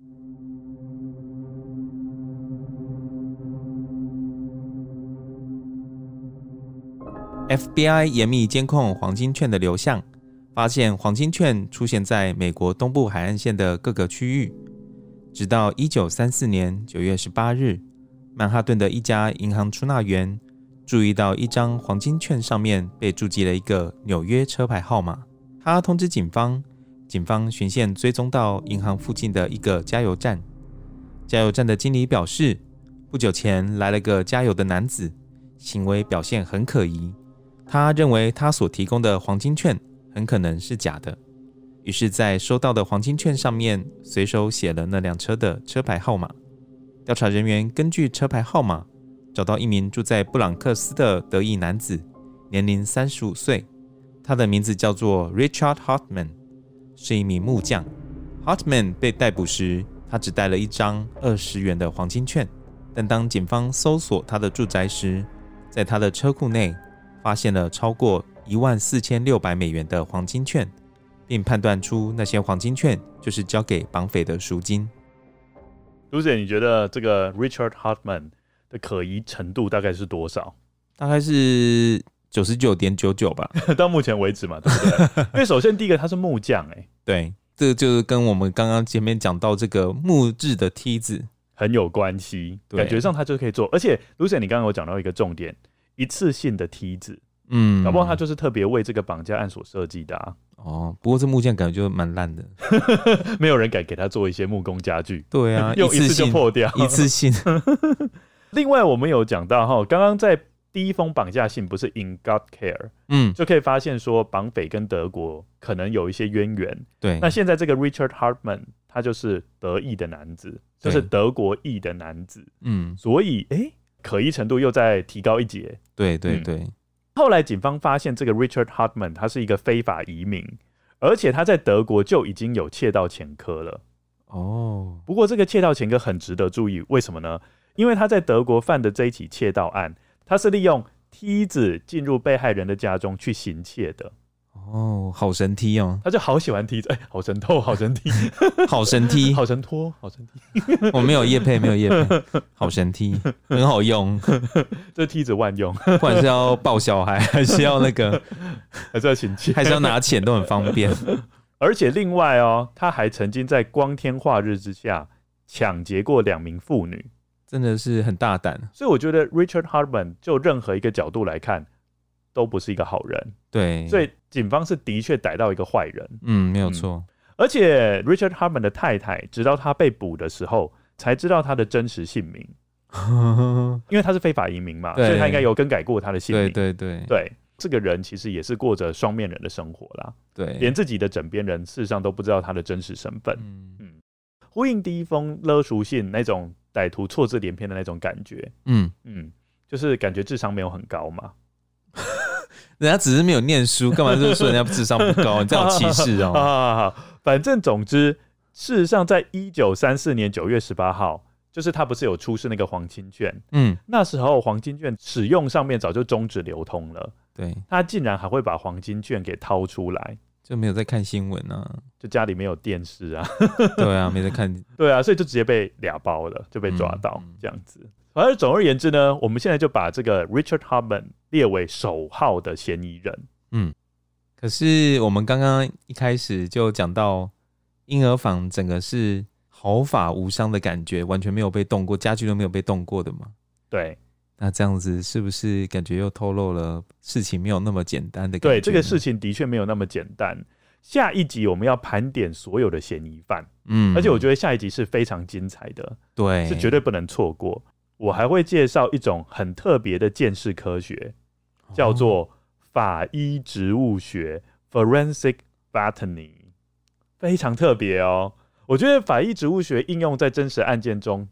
S2: FBI 严密监控黄金券的流向，发现黄金券出现在美国东部海岸线的各个区域。直到一九三四年九月十八日，曼哈顿的一家银行出纳员注意到一张黄金券上面被注记了一个纽约车牌号码，他通知警方，警方循线追踪到银行附近的一个加油站，加油站的经理表示，不久前来了个加油的男子，行为表现很可疑。他认为他所提供的黄金券很可能是假的，于是，在收到的黄金券上面随手写了那辆车的车牌号码。调查人员根据车牌号码找到一名住在布朗克斯的德裔男子，年龄三十五岁，他的名字叫做 Richard Hartman，是一名木匠。Hartman 被逮捕时，他只带了一张二十元的黄金券，但当警方搜索他的住宅时，在他的车库内发现了超过一万四千六百美元的黄金券，并判断出那些黄金券就是交给绑匪的赎金。
S1: 读者，你觉得这个 Richard Hartman 的可疑程度大概是多少？
S2: 大概是九十九点九九吧。
S1: 到目前为止嘛，对不对？因为首先第一个他是木匠、欸，哎，
S2: 对，这就是跟我们刚刚前面讲到这个木质的梯子，
S1: 很有关系，
S2: 对
S1: 感觉上他就可以做。而且 Lucy，你刚刚有讲到一个重点，一次性的梯子，
S2: 嗯，
S1: 搞不好他就是特别为这个绑架案所设计的啊，
S2: 哦，不过这木匠感觉就蛮烂的。
S1: 没有人敢给他做一些木工家具，
S2: 对啊，
S1: 用一
S2: 次
S1: 次就
S2: 性，
S1: 破掉。
S2: 一次 性，
S1: 另外，我们有讲到哈，刚刚在第一封绑架信不是 In God Care，
S2: 嗯，
S1: 就可以发现说绑匪跟德国可能有一些渊源。
S2: 对
S1: 那，现在这个 Richard Hartman，他就是德裔的男子，就
S2: 对
S1: 是德国裔的男子，
S2: 嗯，
S1: 所以诶、可疑程度又再提高一截。
S2: 对对
S1: 嗯
S2: 对，
S1: 后来警方发现，这个 Richard Hartman 他是一个非法移民，而且他在德国就已经有窃盗前科了。
S2: 哦，
S1: 不过这个窃盗前科很值得注意，为什么呢？因为他在德国犯的这一起窃盗案，他是利用梯子进入被害人的家中去行窃的。
S2: 哦，好神梯哦，
S1: 他就好喜欢梯子，哎、好 神偷，好神梯，
S2: 好神 梯，
S1: 好神拖，好神梯。
S2: 我没有叶配，没有叶配，好神梯，很好用，
S1: 这梯子万用，
S2: 不管是要抱小孩，还是要那个，
S1: 还是要行窃。
S2: 还是要拿钱，都很方便。
S1: 而且另外哦，他还曾经在光天化日之下抢劫过两名妇女。
S2: 真的是很大胆，
S1: 所以我觉得 Richard Hartman 就任何一个角度来看，都不是一个好人。
S2: 对，
S1: 所以警方是的确逮到一个坏人，
S2: 嗯，没有错，
S1: 而且 Richard Hartman 的太太，直到他被捕的时候才知道他的真实姓名， 因为他是非法移民嘛，
S2: 对
S1: 所以他应该有更改过他的姓
S2: 对
S1: 名。
S2: 对对
S1: 对这个人其实也是过着双面人的生活啦，
S2: 对，
S1: 连自己的枕边人事实上都不知道他的真实身份。
S2: 嗯
S1: 呼应第一封勒赎信那种歹徒错字连篇的那种感觉，
S2: 嗯，
S1: 嗯，就是感觉智商没有很高嘛。
S2: 人家只是没有念书，干嘛就说人家智商不高？你这样有歧视哦？
S1: 啊，反正总之，事实上，在一九三四年九月十八号，就是他不是有出示那个黄金券，
S2: 嗯，
S1: 那时候黄金券使用上面早就终止流通了，
S2: 对，
S1: 他竟然还会把黄金券给掏出来，
S2: 就没有在看新闻 啊，
S1: 就家里没有电视啊，
S2: 对啊，没在看，
S1: 对啊，所以就直接被俩包了，就被抓到、
S2: 嗯嗯
S1: 这样子。反正总而言之呢，我们现在就把这个 Richard Hartman 列为首号的嫌疑人。
S2: 可是我们刚刚一开始就讲到婴儿房整个是毫发无伤的感觉，完全没有被动过，家具都没有被动过的嘛。
S1: 对
S2: 那这样子是不是感觉又透露了事情没有那么简单的感觉
S1: 对，
S2: 呢？
S1: 这个事情的确没有那么简单。下一集我们要盘点所有的嫌疑犯。
S2: 嗯哎
S1: 而且我觉得下一集是非常精彩的，
S2: 对
S1: 是绝对不能错过。我还会介绍一种很特别的鉴识科学，叫
S2: 哦
S1: 做法医植物学 （Forensic Botany），非常特别哦。我觉得法医植物学应用在真实案件中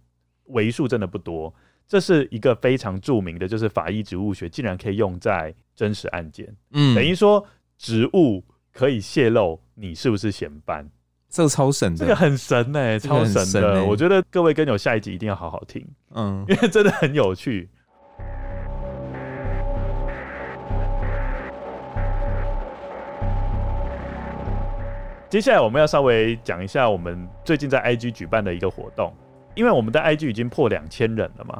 S1: 为数真的不多，这是一个非常著名的，就是法医植物学竟然可以用在真实案件，
S2: 嗯
S1: 等于说植物可以泄露你是不是嫌犯。
S2: 这个超神
S1: 这
S2: 的，
S1: 个很神呢、
S2: 这个
S1: 超
S2: 很
S1: 神
S2: 神欸
S1: 的！我觉得各位跟友下一集一定要好好听，
S2: 嗯
S1: 因为 真的很有趣。接下来我们要稍微讲一下我们最近在 IG 举办的一个活动，因为我们的 IG 已经破两千人了嘛，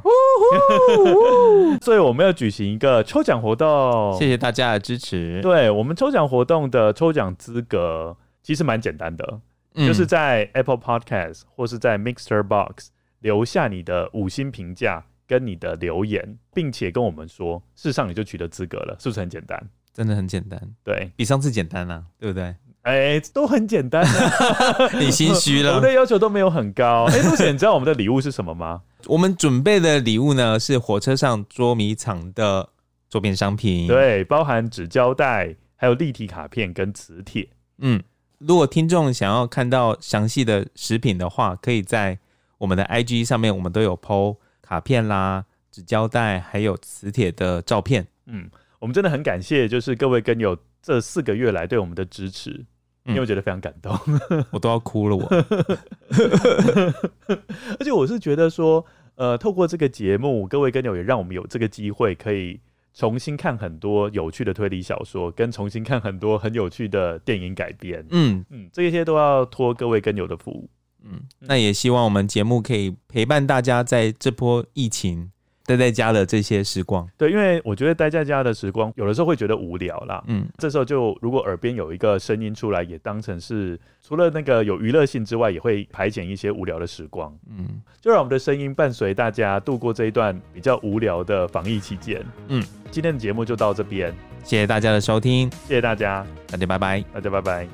S1: 所以我们要举行一个抽奖活动。
S2: 谢谢大家的支持，
S1: 对我们抽奖活动的抽奖资格其实蛮简单的，
S2: 嗯
S1: 就是在 Apple Podcast 或是在 Mixer Box 留下你的五星评价跟你的留言，并且跟我们说，事实上你就取得资格了，是不是很简单？
S2: 真的很简单，啊
S1: 对，
S2: 比上次简单啦、对不对？
S1: 哎、都很简单、 啊，
S2: 你心虚
S1: 我
S2: 了
S1: 们。的要求都没有很 高。哎、露姐，你知道我们的礼物是什么吗？
S2: 我们准备的礼物呢是火车上捉迷藏的周边商品。，
S1: 对，包含纸胶带，还有立体卡片跟磁铁。
S2: 嗯，如果听众想要看到详细的食品的话，可以在我们的 IG 上面，我们都有 PO 卡片啦、纸胶带还有磁铁的照 片。
S1: 嗯，我们真的很感谢，就是各位跟友这四个月来对我们的支持。
S2: 嗯
S1: 因为我觉得非常感动，
S2: 我都要哭 了我。
S1: 而且我是觉得说，呃，透过这个节目，各位跟友也让我们有这个机会可以重新看很多有趣的推理小说，跟重新看很多很有趣的电影改编。
S2: 嗯
S1: 嗯，这些都要托各位跟友的福。
S2: 嗯，那也希望我们节目可以陪伴大家在这波疫情待在家的这些时光。
S1: 对，因为我觉得待在家的时光，有的时候会觉得无聊啦。
S2: 嗯，
S1: 这时候就如果耳边有一个声音出来，也当成是除了那个有娱乐性之外，也会排遣一些无聊的时光。
S2: 嗯，
S1: 就让我们的声音伴随大家度过这一段比较无聊的防疫期间。
S2: 嗯，
S1: 今天的节目就到这边，
S2: 谢谢大家的收听，
S1: 谢谢大家，
S2: 大家拜拜。
S1: 大家拜拜。